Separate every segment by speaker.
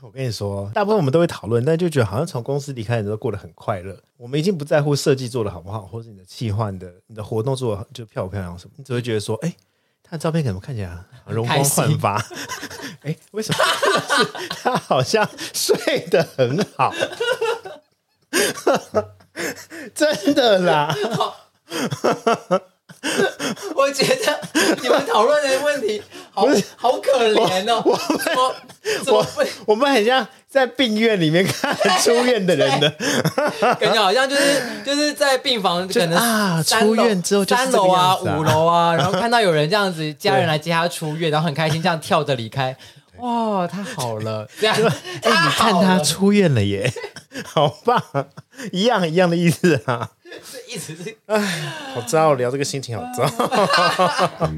Speaker 1: 我跟你说，大部分我们都会讨论，但就觉得好像从公司离开的人都过得很快乐。我们已经不在乎设计做的好不好，或者你的企划、你的你的活动做的就漂不漂亮什么，你只会觉得说，哎、他的照片可能看起来很容光焕发。 哎、为什么？就是他好像睡得很好， 真的啦。
Speaker 2: 我觉得你们讨论的问题好好可怜哦，我怎么会
Speaker 1: 我们很像在病院里面看出院的人的，
Speaker 2: 感觉好像就是 就是在病房可能
Speaker 1: 啊
Speaker 2: 三楼
Speaker 1: 出院之后就是
Speaker 2: 三
Speaker 1: 这个
Speaker 2: 楼啊
Speaker 1: 样子啊
Speaker 2: 五楼啊， 然后看到有人这样子，家人来接他出院，然后很开心这样跳着离开，哇，他好了，这样
Speaker 1: 哎、你看他
Speaker 2: 出
Speaker 1: 出院了耶， 好棒，一样一样的意思啊。
Speaker 2: 一直是
Speaker 1: 好糟，聊这个心情好糟。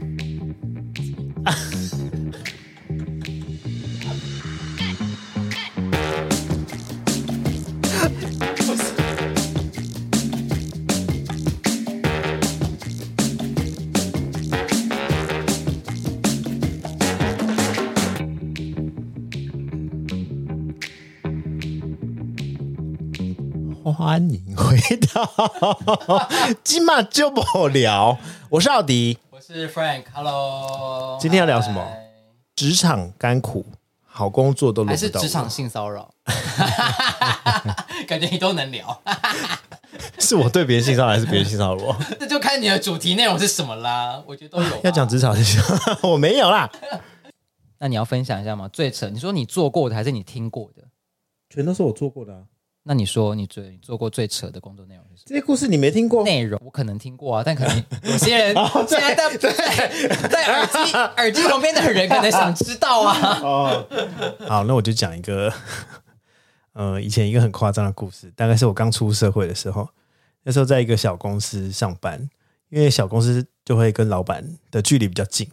Speaker 1: 欢迎回到今晚就不聊，我是奥迪。
Speaker 2: 我是 Frank，Hello，
Speaker 1: 今天要聊什么职场甘苦，好工作都
Speaker 2: 还
Speaker 1: 轮不
Speaker 2: 是
Speaker 1: 到我。
Speaker 2: 职场性骚扰， 感觉你都能聊，
Speaker 1: 是我对别人性骚扰，还是别人性骚扰 我？
Speaker 2: 那就看你的主题内容是什么啦。我觉得都有吧。
Speaker 1: 要讲职场性骚扰，我没有啦，
Speaker 2: 那你要分享一下吗？最扯，你说你做过的还是你听过的？
Speaker 1: 全都是我做过的、啊。
Speaker 2: 那你说你最你做过最扯的工作内容是什
Speaker 1: 这些故事你没听过
Speaker 2: 么？？内容我可能听过啊，但可能有些人现在在在 在耳机耳机旁边的人可能想知道啊。
Speaker 1: 哦，好，那我就讲一个，呃，以前一个很夸张的故事，大概是我刚出社会的时候，那时候在一个小公司上班，因为小公司就会跟老板的距离比较近。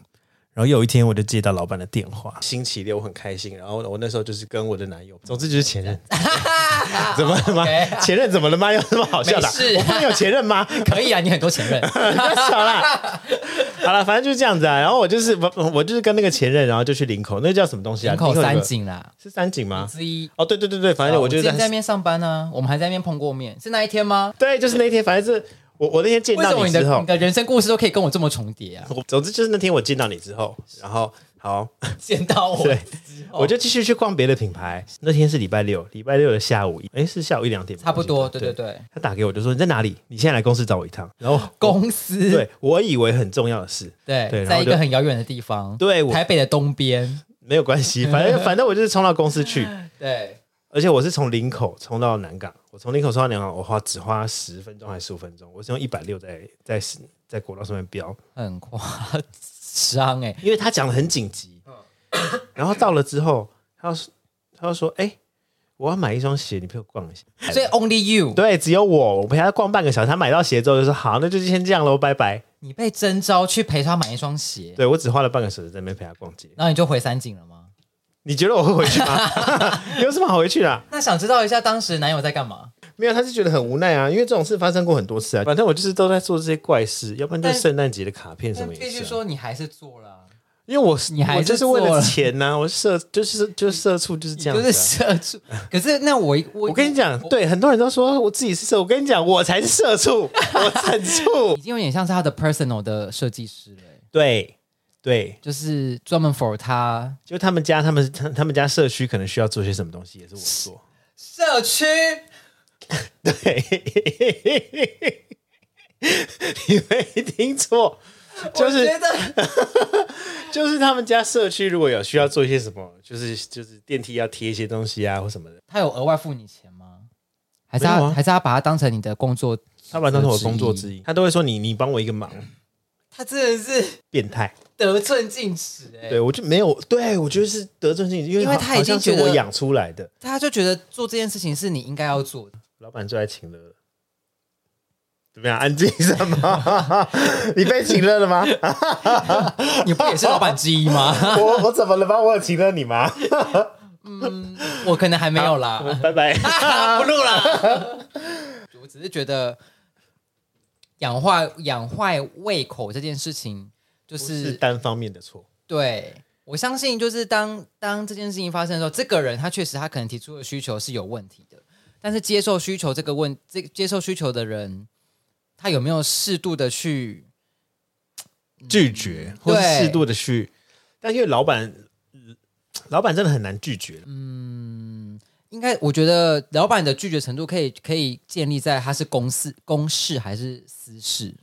Speaker 1: 然后有一天，我就接到老板的电话，星期六，我很开心。然后我那时候就是跟我的男友，总之就是前 任，怎么了吗
Speaker 2: OK
Speaker 1: 前任怎么了吗？有什么好笑的啊？
Speaker 2: 没事
Speaker 1: 我不能有前任 吗？
Speaker 2: 可以啊，你很多前 任，
Speaker 1: 好啦，好啦，反正就是这样子啊。然后我就是我我就是跟那个前任，然后就去林口，那个叫什么东西啊？
Speaker 2: 人口
Speaker 1: 有个
Speaker 2: 三井啦
Speaker 1: 是三井吗？
Speaker 2: 之一。啊
Speaker 1: 哦，对对对对，反正
Speaker 2: 我
Speaker 1: 我就
Speaker 2: 之前
Speaker 1: 是
Speaker 2: 在
Speaker 1: 在
Speaker 2: 那边上班呢、我们还在那边碰过面，是那一天吗？
Speaker 1: 对，就是那天，反正是我我那天见
Speaker 2: 为什
Speaker 1: 到
Speaker 2: 么你的
Speaker 1: 之后
Speaker 2: 你，的人生故事都可以跟我这么重叠啊？
Speaker 1: 我总之就是那天我见到你之后，然后好，
Speaker 2: 见到我
Speaker 1: 对
Speaker 2: 之后
Speaker 1: 我就继续去逛别的品牌。那天是礼拜六，礼拜六的下午，哎，是下午一两点吧，
Speaker 2: 差不多，
Speaker 1: 我记
Speaker 2: 对
Speaker 1: 得
Speaker 2: 对。对，
Speaker 1: 他打给我就说你在哪里？你现在来公司找我一趟。然后
Speaker 2: 公司
Speaker 1: 对我以为很重要的事，
Speaker 2: 对
Speaker 1: 对然后
Speaker 2: 在一
Speaker 1: 就
Speaker 2: 个很遥远的地方，
Speaker 1: 对我
Speaker 2: 台北的东边，
Speaker 1: 没有关 系，反正反正我就是冲到公司去，
Speaker 2: 对，
Speaker 1: 而且我是从林口冲到南港，我从林口冲到南港，我花只花十分钟还是十五分钟，我是用一百六在在在国道上面飙，
Speaker 2: 很夸张哎，
Speaker 1: 因为他讲的很紧急。然后到了之后，他就说他就说：“哎、我要买一双鞋，你陪我逛一下。”
Speaker 2: 所以 Only You，
Speaker 1: 对，只有我，我陪他逛半个小时。他买到鞋之后就说：“好，那就先这样喽，拜拜。
Speaker 2: 你被征召去陪他买一双”鞋，
Speaker 1: 对我只花了半个小时在那边陪他逛街。
Speaker 2: 然后你就回三井了吗？
Speaker 1: 你觉得我会回去吗？ 有什么好回去的啊、
Speaker 2: 那想知道一下当时男友在干嘛？
Speaker 1: 没有，他是觉得很无奈啊，因为这种事发生过很多次啊。反正我就是都在做这些怪事，要不然就
Speaker 2: 但
Speaker 1: 圣诞节的卡片什么
Speaker 2: 必
Speaker 1: 也
Speaker 2: 须
Speaker 1: 是、啊。
Speaker 2: 说你还是做了啊，
Speaker 1: 因为我
Speaker 2: 你还
Speaker 1: 我
Speaker 2: 是
Speaker 1: 就是为
Speaker 2: 做
Speaker 1: 了
Speaker 2: 了
Speaker 1: 钱呐、我社就是就是社畜就是
Speaker 2: 你
Speaker 1: 这样
Speaker 2: 就
Speaker 1: 子、啊。
Speaker 2: 是社畜。 可是那我我
Speaker 1: 我跟你讲，对很多人都说我自己是社，我跟你讲，我才是社 畜，我很畜
Speaker 2: 已。经有点像是他的 personal 的设计师了欸。
Speaker 1: 对对，
Speaker 2: 就是专门 for 他
Speaker 1: 就他们家，他们他他们家社区可能需要做些什么东西，也是我 做。
Speaker 2: 社区，
Speaker 1: 对，你没听错， 就是
Speaker 2: 我觉得
Speaker 1: 就是他们家社区如果有需要做一些什么，就是就是电梯要贴一些东西啊或什么的，
Speaker 2: 他有额外付你钱吗？还是
Speaker 1: 没
Speaker 2: 他、
Speaker 1: 有啊
Speaker 2: 还是他把他当成你的工作？
Speaker 1: 他把它当成我工作之一，他都会说你你帮我一个忙，
Speaker 2: 他真的是
Speaker 1: 变态。
Speaker 2: 得寸进尺哎、
Speaker 1: 对我就没有，对我觉得是得寸进尺，因为
Speaker 2: 因为
Speaker 1: 好
Speaker 2: 他已经
Speaker 1: 好像是
Speaker 2: 觉得
Speaker 1: 我养出来的。
Speaker 2: 他就觉得做这件事情是你应该要做的。
Speaker 1: 老板最爱请了了，怎么样？安静什 么？你被请了了吗？
Speaker 2: 你不也是老板之一吗？
Speaker 1: 我我怎么了吗？我有请了你吗？
Speaker 2: 我可能还没有啦，
Speaker 1: 拜 拜。
Speaker 2: 不录了。我只是觉得养坏养坏胃口这件事情，就
Speaker 1: 不是
Speaker 2: 是
Speaker 1: 单方面的错，
Speaker 2: 对我相信，就是当当这件事情发生的时候，这个人他确实他可能提出的需求是有问题的，但是接受需求这个问这接受需求的人，他有没有适度的去
Speaker 1: 拒绝或是
Speaker 2: 对
Speaker 1: 适度的去，但因为老板，呃老板真的很难拒绝。
Speaker 2: 应该，我觉得老板的拒绝程度可以可以建立在他是公事公事还是私事。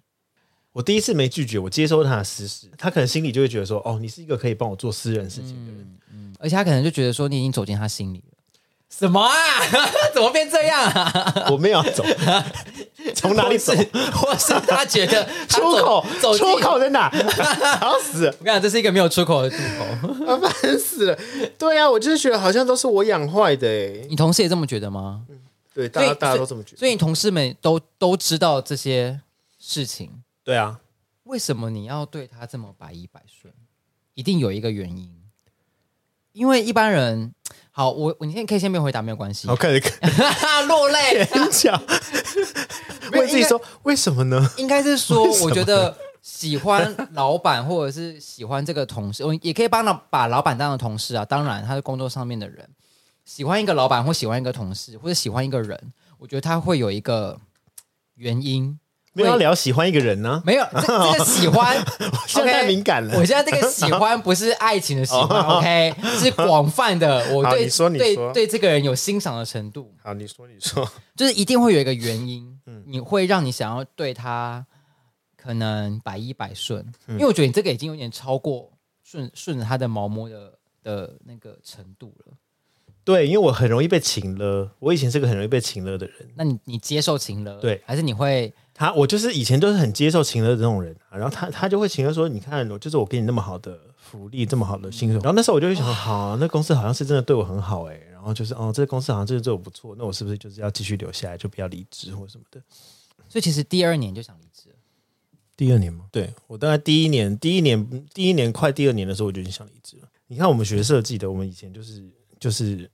Speaker 1: 我第一次没拒绝，我接收他的私事，他可能心里就会觉得说，哦，你是一个可以帮我做私人事情的人。
Speaker 2: 嗯而且他可能就觉得说你已经走进他心里了。什么啊？ 怎么变这样啊？
Speaker 1: 我没有要 走，从哪里走？
Speaker 2: 或是他觉得他
Speaker 1: 出
Speaker 2: 走
Speaker 1: 口
Speaker 2: 走进
Speaker 1: 出口在 哪？好死了，
Speaker 2: 我跟你讲，这是一个没有出口的渡口。
Speaker 1: 啊烦死了！对啊，我就是觉得好像都是我养坏的哎。
Speaker 2: 你同事也这么觉得吗？
Speaker 1: 对，大家
Speaker 2: 所以
Speaker 1: 大家都这么觉得。
Speaker 2: 所以你同事们都都知道这些事情，
Speaker 1: 对啊，
Speaker 2: 为什么你要对他这么百依百顺？一定有一个原因，因为一般人，好，我我你先可以先别回答，没有关系
Speaker 1: 好，。开始开
Speaker 2: 落 泪，
Speaker 1: 始讲，
Speaker 2: 没有
Speaker 1: 为自己说为什么呢？
Speaker 2: 应该是说，
Speaker 1: 什么
Speaker 2: 我觉得喜欢老板或者是喜欢这个同事，我也可以帮老把老板当成同事啊。当然，他是工作上面的人，喜欢一个老板或喜欢一个同事或者喜欢一个人，我觉得他会有一个原因。
Speaker 1: 没有
Speaker 2: 会
Speaker 1: 要聊喜欢一个人呢、
Speaker 2: 没有这这个 喜欢
Speaker 1: 啊，现在太
Speaker 2: OK
Speaker 1: 敏感了。哦
Speaker 2: 我现在这个喜欢不是爱情 的喜欢，OK，是广泛的。我
Speaker 1: 好
Speaker 2: 对
Speaker 1: 你说你
Speaker 2: 对
Speaker 1: 说
Speaker 2: 对这个人有欣赏的程度，
Speaker 1: 好，你说你说，
Speaker 2: 就是一定会有一个原因，你会让你想要对他可能百依百顺，因为我觉得你这个已经有点超过顺顺着他的毛摸的的那个程度了。
Speaker 1: 对，因为我很容易被请了，我以前是个很容易被请了的人。
Speaker 2: 那你你接受情了，
Speaker 1: 对
Speaker 2: 还是你会
Speaker 1: 他我就是以前都是很接受情乐的这种人、啊，然后他他就会情乐说，你看我就是我给你那么好的福利，这么好的薪水，然后那时候我就会想，好、啊那公司好像是真的对我很好哎、然后就是哦，这个公司好像真的对我不错，那我是不是就是要继续留下来，就不要离职或什么的？
Speaker 2: 所以其实第二年就想离职了，
Speaker 1: 第二年吗？对我大概第一年，第一年第一年快第二年的时候，我就已经想离职了。你看我们学设计的，我们以前就是就是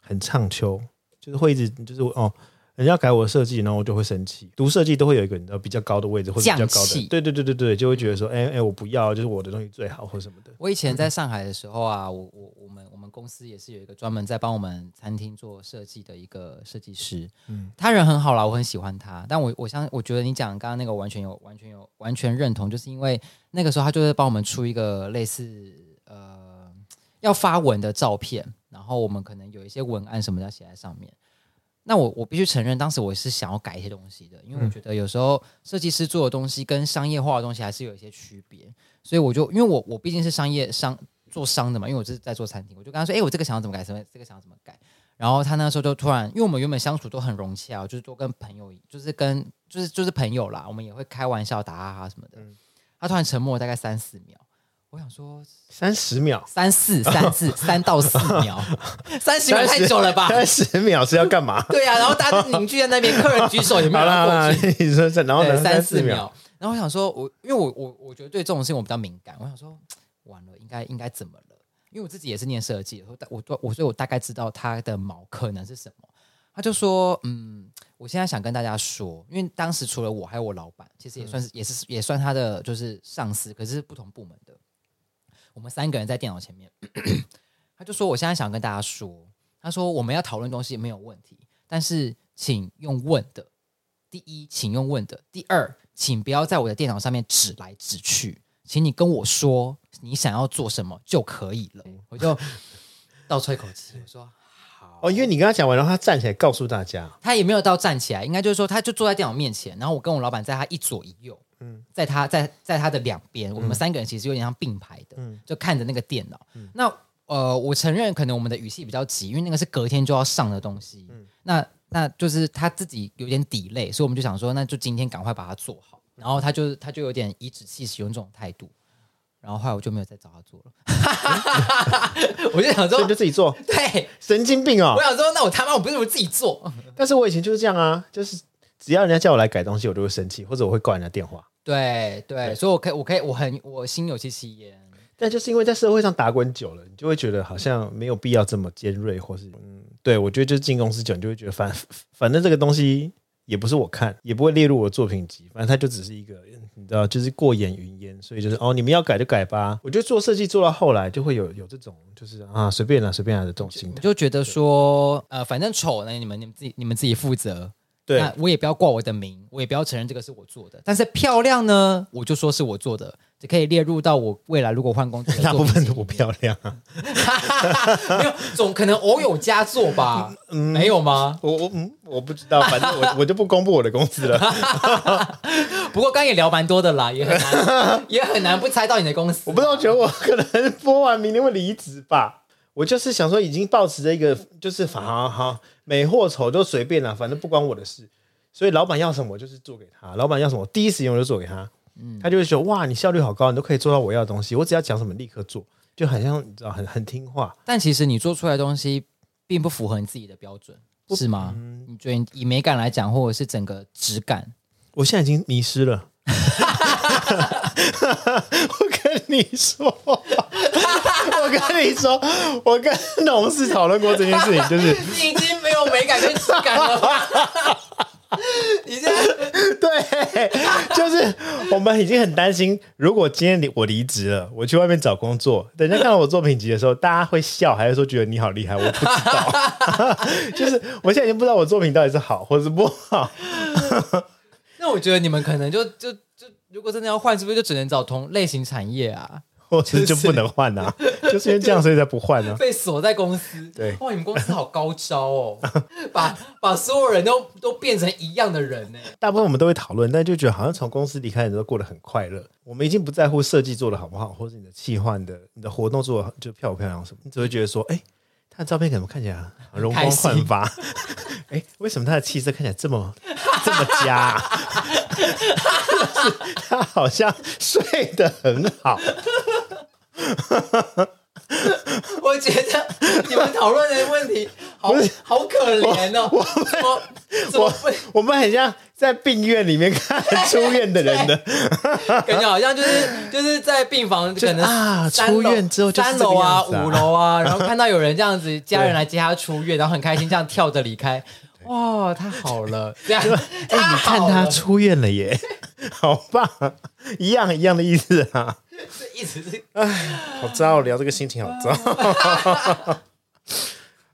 Speaker 1: 很唱秋，就是会一直就是哦。人家改我的设计，然后我就会生气。读设计都会有一个你知道比较高的位置，或者比较高
Speaker 2: 匠气
Speaker 1: 的，对对对对对，就会觉得说，哎、哎、我不要，就是我的东西最好或什么的。
Speaker 2: 我以前在上海的时候啊，我我我们我们公司也是有一个专门在帮我们餐厅做设计的一个设计师，嗯，他人很好啦，我很喜欢他，但我我相我觉得你讲刚刚那个完全有完全有完全认同，就是因为那个时候他就会帮我们出一个类似呃要发文的照片，然后我们可能有一些文案什么要写在上面。那我我必须承认，当时我是想要改一些东西的，因为我觉得有时候设计师做的东西跟商业化的东西还是有一些区别。所以我就因为我我毕竟是商业商做商的嘛，因为我是在做餐厅，我就跟他说，哎、我这个想要怎么改，什么这个想要怎么改。然后他那时候就突然，因为我们原本相处都很融洽哦，就是都跟朋友，就是跟就是就是朋友啦，我们也会开玩笑、打哈哈什么的。
Speaker 1: 嗯
Speaker 2: 他突然沉默大概三四秒，我想说
Speaker 1: 三十秒，
Speaker 2: 三四三四三到四 秒，三十秒太久了吧？？
Speaker 1: 三十秒是要干嘛
Speaker 2: 对呀、啊，然后大家就凝聚在那边，客人举手也没
Speaker 1: 好
Speaker 2: 有
Speaker 1: 啦
Speaker 2: 要
Speaker 1: 好
Speaker 2: 过
Speaker 1: 啦
Speaker 2: 去。，
Speaker 1: 你说这，然后
Speaker 2: 对，
Speaker 1: 呢？
Speaker 2: 三
Speaker 1: 四
Speaker 2: 四。秒。然后我想说，我因为我我我觉得对这种事情我比较敏感，我想说完了应该应该怎么了？因为我自己也是念设计的，我大我都我所以我大概知道他的毛可能是什么。他就说，嗯，我现在想跟大家说，因为当时除了我还有我老板，其
Speaker 1: 嗯
Speaker 2: 实也算是、也是也算他的就是上司，可是不同部门的。我们三个人在电脑前面， 他就说我现在想跟大家说，他说我们要讨论东西没有问题，但是请用问的，第一，请用问的；第二，请不要在我的电脑上面指来指去，请你跟我说你想要做什么就可以了。我就倒抽一口气，我说好。
Speaker 1: 哦，因为你跟他讲完，然后他站起来告诉大家，
Speaker 2: 他也没有到站起来，应该就是说，他就坐在电脑面前，然后我跟我老板在他一左一右，嗯，在他在在他的两边，我们三个人其实有点像并排的，就看着那个电脑。那呃，我承认可能我们的语气比较急，因为那个是隔天就要上的东西，那那就是他自己有点抵累，所以我们就想说，那就今天赶快把它做好。然后他就他就有点颐指气使，用这种态度。然后后来我就没有再找他做了， 我就想
Speaker 1: 所以
Speaker 2: 说
Speaker 1: 就，自己做，
Speaker 2: 对
Speaker 1: 神经病哦
Speaker 2: 我！想说，那我他妈我不是我自己做，
Speaker 1: 但是我以前就是这样啊，就是只要人家叫我来改东西，我就会生气，或者我会挂人家电话。
Speaker 2: 对对，所以我可以，我可以，我很我心有戚戚焉。
Speaker 1: 但就是因为在社会上打滚久了，你就会觉得好像没有必要这么尖锐，或是嗯，对我觉得就是进公司久，你就会觉得反反正这个东西也不是我看，也不会列入我的作品集，反正它就只是一个嗯你知道，就是过眼云烟，所以就是哦，你们要改就改吧。我觉得做设计做到后来，就会有有这种就是啊，随便啦、随便啦、的这种心
Speaker 2: 我
Speaker 1: 态。
Speaker 2: 就觉得说，呃，反正丑，那你们你们自己你们自己负责。
Speaker 1: 对
Speaker 2: 那我也不要挂我的名，我也不要承认这个是我做的。但是漂亮呢，我就说是我做的，只可以列入到我未来如果换工作的
Speaker 1: 大部分都不
Speaker 2: 作品集
Speaker 1: 漂亮啊。
Speaker 2: 没有，总可能偶有佳作吧？
Speaker 1: 嗯
Speaker 2: 没有吗？
Speaker 1: 我我嗯，我不知道，反正我我就不公布我的公司了。
Speaker 2: 不过刚刚也聊蛮多的啦，也很 难，也很难不猜到你的公司。
Speaker 1: 我不知道，我觉得我可能播完明天会离职吧。我就是想说，已经抱持着一个就是反好好美或丑都随便啦，反正不关我的事。所以老板要什么我就是做给他，老板要什么我第一时间我就做给他。他就会说哇，你效率好高，你都可以做到我要的东西，我只要讲什么立刻做，就很像你知道很很听话。
Speaker 2: 但其实你做出来的东西并不符合你自己的标准，是吗？
Speaker 1: 嗯
Speaker 2: 你觉得以美感来讲，或者是整个质感，
Speaker 1: 我现在已经迷失了。 我跟你说， 我跟你说，我跟同事讨论过这件事情，就是
Speaker 2: 你已经没有美感跟质感了吧？ 你现在
Speaker 1: 对，就是我们已经很担心，如果今天离我离职了，我去外面找工作，等人家看到我作品集的时候，大家会笑，还是说觉得你好厉害？我不知道，就是我现在已经不知道我作品到底是好或是不好。
Speaker 2: 那我觉得你们可能就就就，如果真的要换，是不是就只能找同类型产业啊？
Speaker 1: 或者就不能换 啊，就是因为这样，所以才不换啊。
Speaker 2: 被锁在公司。
Speaker 1: 对
Speaker 2: 哇，你们公司好高招哦，把把所有人都都变成一样的人呢。
Speaker 1: 大部分我们都会讨论，但就觉得好像从公司离开的时候过得很快乐。我们已经不在乎设计做的好不好，或者你的企划、你的你的活动做的就漂不漂亮什么，你只会觉得说，哎、他的照片怎么看起来很容光焕发？ 哎、为什么他的气色看起来这么这么佳、啊？就是他好像睡得很好，
Speaker 2: 我觉得你们讨论的问题好好可怜哦，怎么怎么会
Speaker 1: 我们很像在病院里面看出院的人的。
Speaker 2: 感觉好像就是就是在病房可能
Speaker 1: 啊
Speaker 2: 三楼
Speaker 1: 出院之后就是
Speaker 2: 三
Speaker 1: 这个
Speaker 2: 楼啊
Speaker 1: 样子啊
Speaker 2: 五 楼啊，然后看到有人这样子，家人来接他出院，然后很开心这样跳着离开。哇，他好了， 这样
Speaker 1: 哎、你看
Speaker 2: 好
Speaker 1: 他
Speaker 2: 了
Speaker 1: 出院了耶， 好棒，一样一样的意思啊。
Speaker 2: 这一直是
Speaker 1: 好糟，聊这个心情好糟。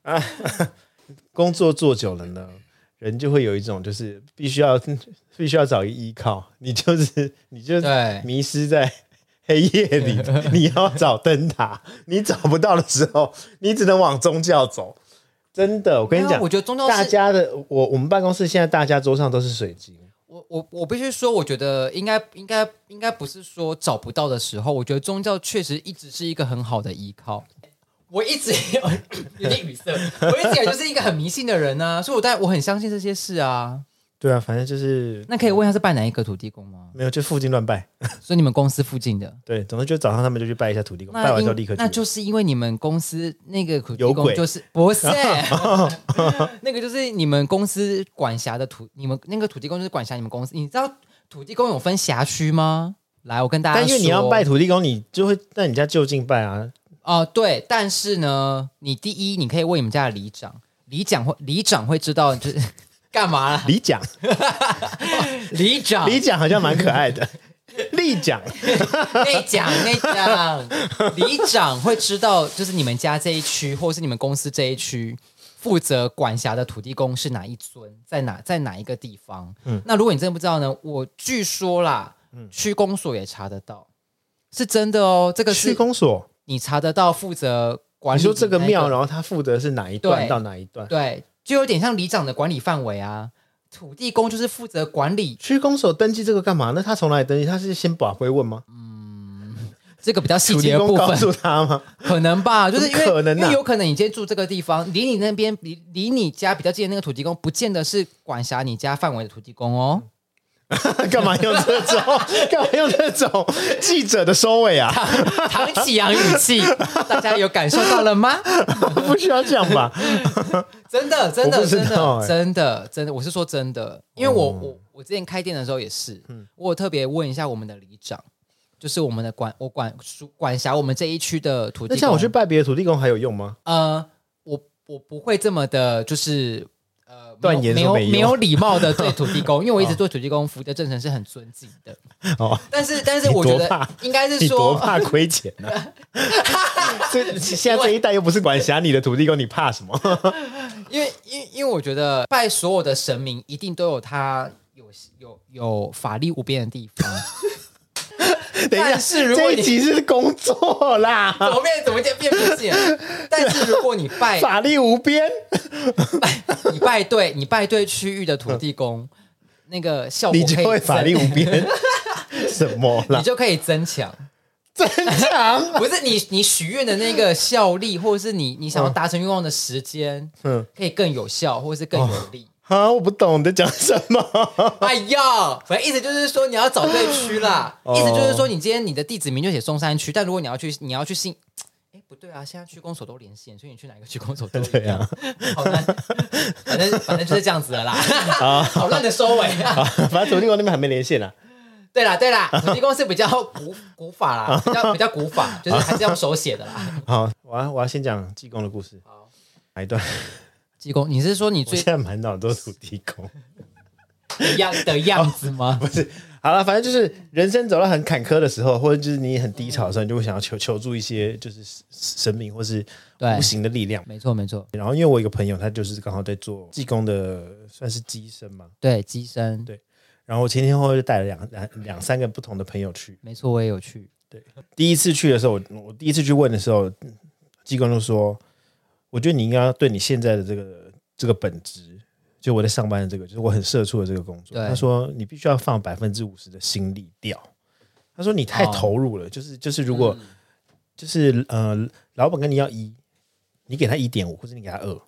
Speaker 1: 啊， 工作做久了呢，人就会有一种就是必须要必须要找一依靠，你就是你就
Speaker 2: 对
Speaker 1: 迷失在黑夜里， 你要找灯塔，你找不到的时候，你只能往宗教走。真的，我跟你
Speaker 2: 没有
Speaker 1: 讲，
Speaker 2: 我觉得宗教
Speaker 1: 大
Speaker 2: 是
Speaker 1: 家的，我我们办公室现在大家桌上都是水晶，
Speaker 2: 我我我必须说，我觉得应该应该应该不是说找不到的时候，我觉得宗教确实一直是一个很好的依靠。我一直 有点语塞，我一直以来就是一个很迷信的人呢、所以我当然我很相信这些事啊。
Speaker 1: 对啊，反正就是
Speaker 2: 那可以问一下是拜哪一个土地公吗？
Speaker 1: 没有，就附近乱拜。
Speaker 2: 所以你们公司附近的，
Speaker 1: 对，总之就早上他们就去拜一下土地公，
Speaker 2: 那
Speaker 1: 拜完
Speaker 2: 因
Speaker 1: 之后立刻去
Speaker 2: 那就是因为你们公司那个土地
Speaker 1: 有
Speaker 2: 公
Speaker 1: 鬼
Speaker 2: 就是 不是 那个就是你们公司管辖的土，你们那个土地公就是管辖你们公司。你知道土地公有分辖区吗？来，我跟大家
Speaker 1: 但
Speaker 2: 说，
Speaker 1: 因为你要拜土地公，你就会在你家就近拜啊。
Speaker 2: 哦、对，但是呢，你第一你可以问你们家的里长，里长会里长会知道就是 干嘛啦？
Speaker 1: 里讲，
Speaker 2: 里长
Speaker 1: 里讲好像蛮可爱 的。立讲，
Speaker 2: 内讲内讲，里长会知道就是你们家这一区，或是你们公司这一区。负责管辖的土地公是哪一尊，在哪在哪一个地方？嗯，那如果你真的不知道呢，我据说啦，
Speaker 1: 嗯
Speaker 2: 区公所也查得到，是真的哦。这个
Speaker 1: 区
Speaker 2: 是
Speaker 1: 公所，
Speaker 2: 你查得到负责管
Speaker 1: 你
Speaker 2: 理、
Speaker 1: 说这个庙，
Speaker 2: 了，
Speaker 1: 然后它负责是哪一段
Speaker 2: 对
Speaker 1: 到哪一段？
Speaker 2: 对，就有点像里长的管理范围啊。土地公就是负责管理
Speaker 1: 区公所登记这个干嘛？那他从哪里登记？他是先把会问吗？
Speaker 2: 这个比较细
Speaker 1: 土地
Speaker 2: 节的
Speaker 1: 公
Speaker 2: 部
Speaker 1: 告
Speaker 2: 分，
Speaker 1: 诉他吗？
Speaker 2: 可能吧，就是因为
Speaker 1: 可能啊
Speaker 2: 因为有可能你今天住这个地方，离你那边离离你家比较近的那个土地公，不见得是管辖你家范围的土地 公哦。
Speaker 1: 干嘛用这 种？干嘛用这种记者的收尾啊？
Speaker 2: 唐启阳语气，大家有感受到 了吗？
Speaker 1: 不需要这样 吧？
Speaker 2: 真的，真
Speaker 1: 我
Speaker 2: 的，
Speaker 1: 不知
Speaker 2: 真
Speaker 1: 道哦
Speaker 2: 的，
Speaker 1: 欸
Speaker 2: 真的，真的，我是说真的，因为我、我我之前开店的时候也是，
Speaker 1: 嗯
Speaker 2: 我有特别问一下我们的里长，就是我们的管我管属管辖我们这一区的土地
Speaker 1: 那
Speaker 2: 公，
Speaker 1: 像我去拜别的土地公还有用吗？
Speaker 2: 呃，我我不会这么的，就是呃
Speaker 1: 断言
Speaker 2: 没有
Speaker 1: 说
Speaker 2: 没
Speaker 1: 没有
Speaker 2: 有没有礼貌的对土地公，因为我一直对土地公福德正神是很尊敬 的。
Speaker 1: 哦，
Speaker 2: 但是但是我觉
Speaker 1: 你多
Speaker 2: 得
Speaker 1: 怕
Speaker 2: 应该是
Speaker 1: 你多
Speaker 2: 说，
Speaker 1: 怕亏钱呢、 啊？这现在这一代又不是管辖你的土地公，你怕什么？
Speaker 2: 因为因为因为我觉得拜所有的神明一定都有他有有有法力无边的地 方。
Speaker 1: 等一下，
Speaker 2: 但是如果
Speaker 1: 这
Speaker 2: 你
Speaker 1: 一集是工作啦，
Speaker 2: 怎么变怎么变变 不见？但是如果你拜
Speaker 1: 法力无边。
Speaker 2: 你拜对你拜对区域的土地公，那个效果
Speaker 1: 你就
Speaker 2: 可以
Speaker 1: 会法
Speaker 2: 增
Speaker 1: 力无边， 什么
Speaker 2: 你
Speaker 1: 啦？
Speaker 2: 就可以增强。
Speaker 1: 增 强？
Speaker 2: 不是你你许愿的那个效力，或者是你你想要达成愿望的时间，
Speaker 1: 嗯，
Speaker 2: 可以更有效，或者是更有 力。
Speaker 1: 啊，我不懂你在讲什么。
Speaker 2: 哎呀，反正意思就是说你要找对区啦，
Speaker 1: 哦
Speaker 2: 意思就是说你今天你的地址名就写松山区，但如果你要去你要去信。哎，不对啊！现在区公所都连线，所以你去哪个区公所都一
Speaker 1: 对
Speaker 2: 样，
Speaker 1: 啊，
Speaker 2: 好难。反正反正就是这样子 的啦，好烂的收尾啊！
Speaker 1: 反正土地公那边还没连线啊啦。
Speaker 2: 对啦，对啦，土地公是比较古古法啦，比较比较古法，就是还是用手写的啦。
Speaker 1: 好，我要我要先讲济公的故事。
Speaker 2: 好，
Speaker 1: 哪一段？
Speaker 2: 济公，你是说你
Speaker 1: 我
Speaker 2: 最
Speaker 1: 现在满脑都是土地公。
Speaker 2: 一样的样子吗？
Speaker 1: 哦不是，好了，反正就是人生走到很坎坷的时候，或者就是你很低潮的时候，你就会想要求求助一些就是神神明或是
Speaker 2: 对
Speaker 1: 无形的力量。
Speaker 2: 没错，没错，
Speaker 1: 然后，因为我有一个朋友，他就是刚好在做济公的，算是机身嘛。
Speaker 2: 对，机身，
Speaker 1: 对然后我前前后后就带了两两两三个不同的朋友去，
Speaker 2: 没错，我也有去。
Speaker 1: 第一次去的时候，我我第一次去问的时候，嗯济公就说：“我觉得你应该要对你现在的这个这个本职，就我在上班的这个，就是我很社畜的这个工作。
Speaker 2: 对”
Speaker 1: 他说：“你必须要放百分之五十的心力掉。”他说：“你太
Speaker 2: 哦嗯
Speaker 1: 投入了，就是就是如果、就是呃，老板跟你要一，你给他一点五，或者你给他二，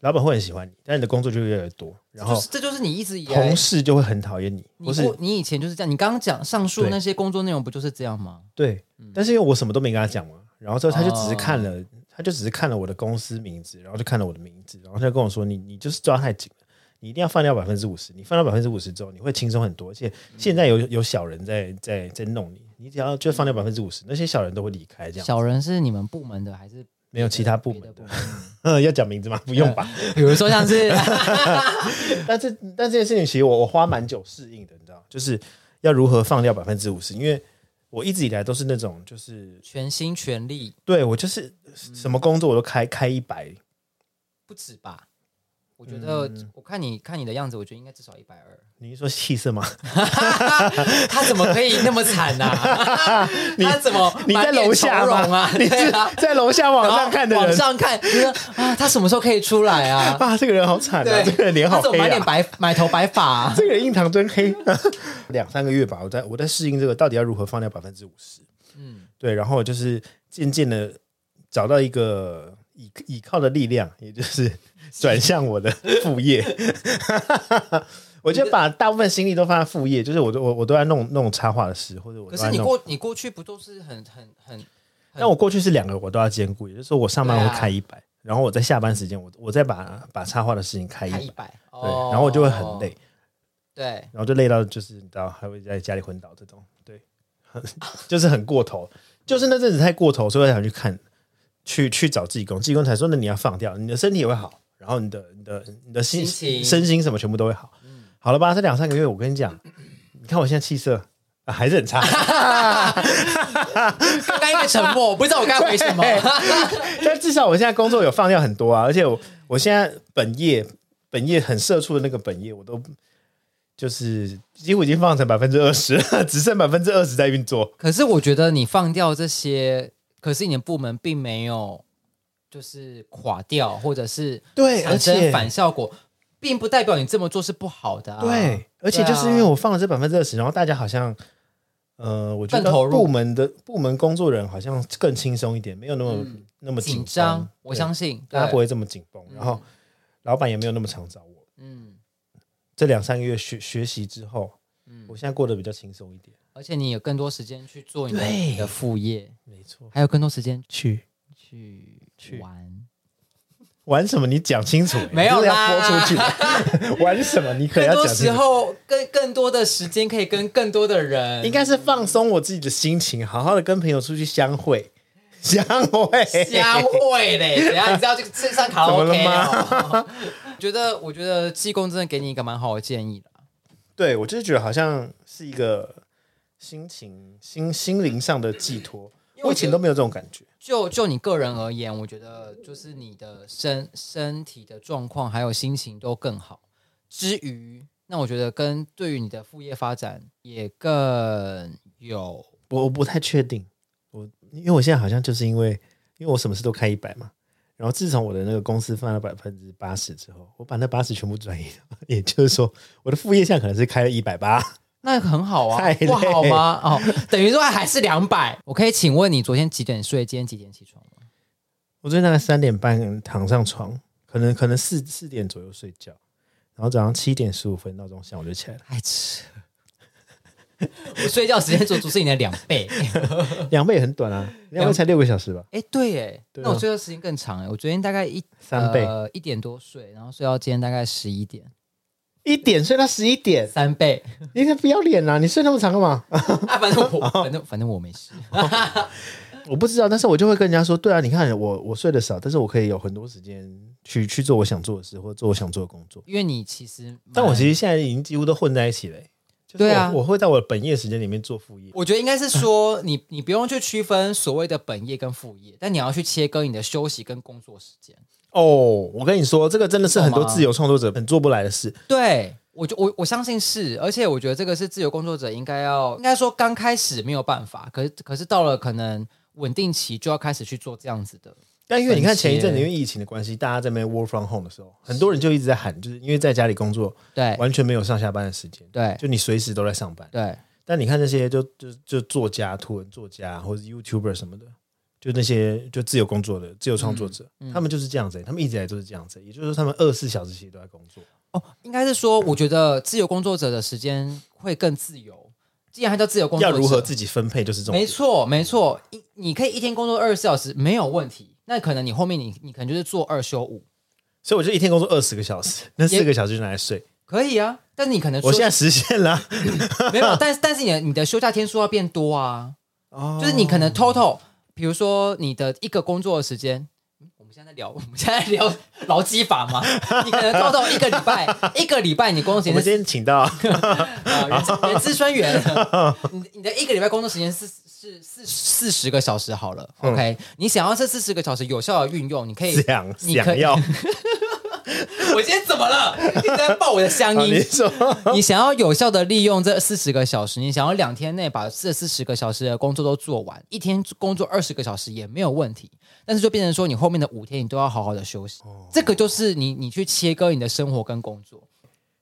Speaker 1: 老板会很喜欢你，但你的工作就会越来越多，然
Speaker 2: 就
Speaker 1: 后
Speaker 2: 是这就是你一直以来
Speaker 1: 同，事就会很讨厌你，
Speaker 2: 你
Speaker 1: 或是
Speaker 2: 过你以前就是这样。你刚刚讲上述
Speaker 1: 对
Speaker 2: 那些工作内容不就是这样吗？
Speaker 1: 对，但是因为我什么都没跟他讲嘛，然后之后他就只是
Speaker 2: 嗯哦
Speaker 1: 看了，他就只是看了我的公司名字，然后就看了我的名字，然后他就跟我说：“你你就是抓太紧了，你一定要放掉百分之五十，你放掉百分之五十之后，你会轻松很多。而且
Speaker 2: 嗯
Speaker 1: 现在有有小人在在在弄你，你只要就放掉百分之五十，那些小人都会离开。这样
Speaker 2: 嗯小人是你们部门的还是
Speaker 1: 没有其他部门
Speaker 2: 别
Speaker 1: 的
Speaker 2: 的部， 门？
Speaker 1: 要讲名字吗？不用吧。
Speaker 2: 比如说像是嗯
Speaker 1: 但是但这件事情其实我我花蛮久适应的，你知道，就是要如何放掉百分之五十，因为我一直以来都是那种就是
Speaker 2: 全心全力，
Speaker 1: 对我就是
Speaker 2: 嗯
Speaker 1: 什么工作我都开开一百。
Speaker 2: 不止吧？我觉得，
Speaker 1: 嗯
Speaker 2: 我看你看你的样子，我觉得应该至少一百二。
Speaker 1: 你是说气色吗？
Speaker 2: 他怎么可以那么惨呐、他怎么
Speaker 1: 你在
Speaker 2: 满脸
Speaker 1: 楼下
Speaker 2: 愁
Speaker 1: 吗？
Speaker 2: 容啊？
Speaker 1: 你
Speaker 2: 对
Speaker 1: 是
Speaker 2: 啊，
Speaker 1: 在楼下往
Speaker 2: 然后
Speaker 1: 上 看的
Speaker 2: 往
Speaker 1: 人
Speaker 2: 上看，你说啊，他什么时候可以出来啊？
Speaker 1: 啊？这个人好惨啊！
Speaker 2: 对，
Speaker 1: 这个人脸
Speaker 2: 他
Speaker 1: 好
Speaker 2: 怎么
Speaker 1: 黑
Speaker 2: 满脸
Speaker 1: 啊！
Speaker 2: 白满头白发、啊？
Speaker 1: 这个人印堂真黑。 两三个月吧，我在我在适应这个到底要如何放掉百分之五十。
Speaker 2: 嗯，
Speaker 1: 对，然后就是渐渐的找到一个倚倚靠的力量，也就是转向我的副业。 我就把大部分心力都放在副业，就是我都我我都在弄弄插画的事，或者我
Speaker 2: 可
Speaker 1: 都
Speaker 2: 是
Speaker 1: 在
Speaker 2: 你
Speaker 1: 弄。
Speaker 2: 过你过去不都是很很很
Speaker 1: 但我过去是两个我都要兼顾，也就是说我上班
Speaker 2: 对啊
Speaker 1: 会开一百、然后我在下班时间我我再把把插画的事情开一
Speaker 2: 开
Speaker 1: 百，
Speaker 2: 一百？
Speaker 1: 对
Speaker 2: 哦，，
Speaker 1: 然后我就会很累，。
Speaker 2: 对，
Speaker 1: 然后就累到就是你知道还会在家里昏倒这种，对， 就是很过头，就是那阵子太过头，所以我想去看，去去找济公，济公才说那你要放掉，你的身体也会好，然后你的你的你的心
Speaker 2: 心情嗯
Speaker 1: 身心什么全部都会好，好了吧？这两三个月我跟你讲，你看我现在气色、啊、还是很差，
Speaker 2: 刚刚一个沉默，我不知道我 该回什么。
Speaker 1: 但至少我现在工作有放掉很多啊，而且我我现在本业本业很社畜的那个本业，我都就是几乎已经放成百分之二十了， 只剩百分之二十在运作。
Speaker 2: 可是我觉得你放掉这些，可是你的部门并没有就是垮掉，或者是
Speaker 1: 对
Speaker 2: 产
Speaker 1: 而
Speaker 2: 生
Speaker 1: 且
Speaker 2: 反效果，并不代表你这么做是不好的、啊。
Speaker 1: 对，而且就是
Speaker 2: 对啊
Speaker 1: 因为我放了这百分之二十，然后大家好像。呃，我觉
Speaker 2: 更
Speaker 1: 得
Speaker 2: 投入
Speaker 1: 部门的部门工作人好像更轻松一点，没有那么、那么
Speaker 2: 嗯紧
Speaker 1: 紧
Speaker 2: 张，嗯我
Speaker 1: 对
Speaker 2: 相信
Speaker 1: 大家不
Speaker 2: 会，
Speaker 1: 会这么紧绷，然后老板也没有那么常找我。
Speaker 2: 嗯
Speaker 1: 这两三个月学学习之后，
Speaker 2: 嗯
Speaker 1: 我，现在过得比较轻松一点。
Speaker 2: 而且你有更多时间去做你的
Speaker 1: 对
Speaker 2: 你的副业，
Speaker 1: 没错，
Speaker 2: 还有更多时间
Speaker 1: 去
Speaker 2: 去
Speaker 1: 去
Speaker 2: 玩，
Speaker 1: 玩什么？你讲清楚、
Speaker 2: 没有
Speaker 1: 你这
Speaker 2: 啦
Speaker 1: 要播出去。 玩什么？你可
Speaker 2: 更
Speaker 1: 能要
Speaker 2: 多
Speaker 1: 讲
Speaker 2: 时
Speaker 1: 清楚。
Speaker 2: 候更更多的时间可以跟更多的人
Speaker 1: 应。该是放松我自己的心情，好好的跟朋友出去相会， 相会，
Speaker 2: 瞎 会嘞！等一下你知道这个这上卡拉 OK
Speaker 1: 怎么
Speaker 2: 哦。 我觉得我觉得济公真的给你一个蛮好的建议的，
Speaker 1: 对我就是觉得好像是一个心情、心心灵上的寄托。
Speaker 2: 因为
Speaker 1: 我
Speaker 2: 我
Speaker 1: 以前都
Speaker 2: 觉得
Speaker 1: 没有这种感觉。
Speaker 2: 就就你个人而言，我觉得就是你的身身体的状况还有心情都更好。之余，那我觉得跟对于你的副业发展也更有
Speaker 1: 我我不太确定，我因为我现在好像就是因为因为我什么事都开一百嘛，然后自从我的那个公司放了百分之八十之后，我把那八十全部转移了， 也就是说我的副业现在可能是开了一百八，
Speaker 2: 那很好啊
Speaker 1: 太，累
Speaker 2: 不好吗？哦，等于说还是两百。我可以请问你昨天几点睡，今天几点起床吗？
Speaker 1: 我最近大概三点半躺上床，可能可能四四点左右睡觉，然后早上七点十五分闹钟响我就起来了，
Speaker 2: 太迟了。 我睡觉时间足足是你的两 倍。
Speaker 1: 两倍也很短啊，两倍才六个小时吧，
Speaker 2: 哎，对，哎，
Speaker 1: 对啊
Speaker 2: 那我睡觉时间更长哎，我昨天大概一
Speaker 1: 三倍
Speaker 2: 呃一点多睡，然后睡到今天大概十一点，
Speaker 1: 一点睡到十一点，
Speaker 2: 三倍
Speaker 1: 你这不要脸啊！你睡那么长干嘛？
Speaker 2: 啊，反正
Speaker 1: 哦
Speaker 2: 我反正反正我没事，
Speaker 1: 我不知道，但是我就会跟人家说，对啊，你看我我睡得少，但是我可以有很多时间去去做我想做的事，或做我想做的工作。
Speaker 2: 因为你其实蛮，
Speaker 1: 但我其实现在已经几乎都混在一起了、欸就是我
Speaker 2: 对啊
Speaker 1: 我会在我的本业时间里面做副业。
Speaker 2: 我觉得应该是说你 你不用去区分所谓的本业跟副业，但你要去切割你的休息跟工作时间。
Speaker 1: 哦，我跟你说，这个真的是很多
Speaker 2: 懂吗
Speaker 1: 自由创作者很做不来的事。
Speaker 2: 对，我就我我相信是，而且我觉得这个是自由工作者应该要，应该说刚开始没有办法，可是可是到了可能稳定期就要开始去做这样子的。
Speaker 1: 但因为你看
Speaker 2: 分切
Speaker 1: 前一阵子因为疫情的关系，大家在那边 work from home 的时候，很多人就一直在喊，就是因为在家里工作，
Speaker 2: 对
Speaker 1: 完全没有上下班的时间，
Speaker 2: 哎对
Speaker 1: 就你随时都在上班。
Speaker 2: 对，
Speaker 1: 但你看那些就就就作家、图文作家或者是 YouTuber 什么的，就那些就自由工作的自由创作者，
Speaker 2: 嗯
Speaker 1: 他们就是这样子、欸他们一直以来都是这样子、也就是说他们二十四小时其实都在工作。
Speaker 2: 哦，应该是说，我觉得自由工作者的时间会更自由。既然它叫自由工作
Speaker 1: 要
Speaker 2: 者，
Speaker 1: 如何自己分配就是这种
Speaker 2: 没，错，没错，一你可以一天工作二十四小时没有问题。那可能你后面你你可能就是做二休五，
Speaker 1: 所以我就一天工作二十个小时，那四个小时就拿来睡。
Speaker 2: 可以啊。但是你可能
Speaker 1: 我
Speaker 2: 休
Speaker 1: 现在实现了、
Speaker 2: 没有，但是但是你的你的休假天数要变多啊。
Speaker 1: 哦
Speaker 2: 就是你可能 total，比如说你的一个工作的时间，嗯我们现在在聊， 我们现在在聊劳基法嘛， 你可能 total 一个礼拜， 一个礼拜你工作时
Speaker 1: 我们
Speaker 2: 间
Speaker 1: 今天
Speaker 2: 是
Speaker 1: 请到
Speaker 2: 啊，人资人资专员，你你的一 个礼拜工作时间是是四四十个小时好了，OK，你想要这四十个小时有效的运用，你可以
Speaker 1: 嗯想
Speaker 2: 你可
Speaker 1: 想要，
Speaker 2: 我今天怎么了？你在爆我的乡
Speaker 1: 啊你
Speaker 2: 音。
Speaker 1: 说
Speaker 2: 你想要有效的利用这四十个小时，你想要两天内把这四十个小时的工作都做完，一天工作二十个小时也没有问题。但是就变成说，你后面的五天你都要好好的休息。
Speaker 1: 哦
Speaker 2: 这个就是你你去切割你的生活跟工作。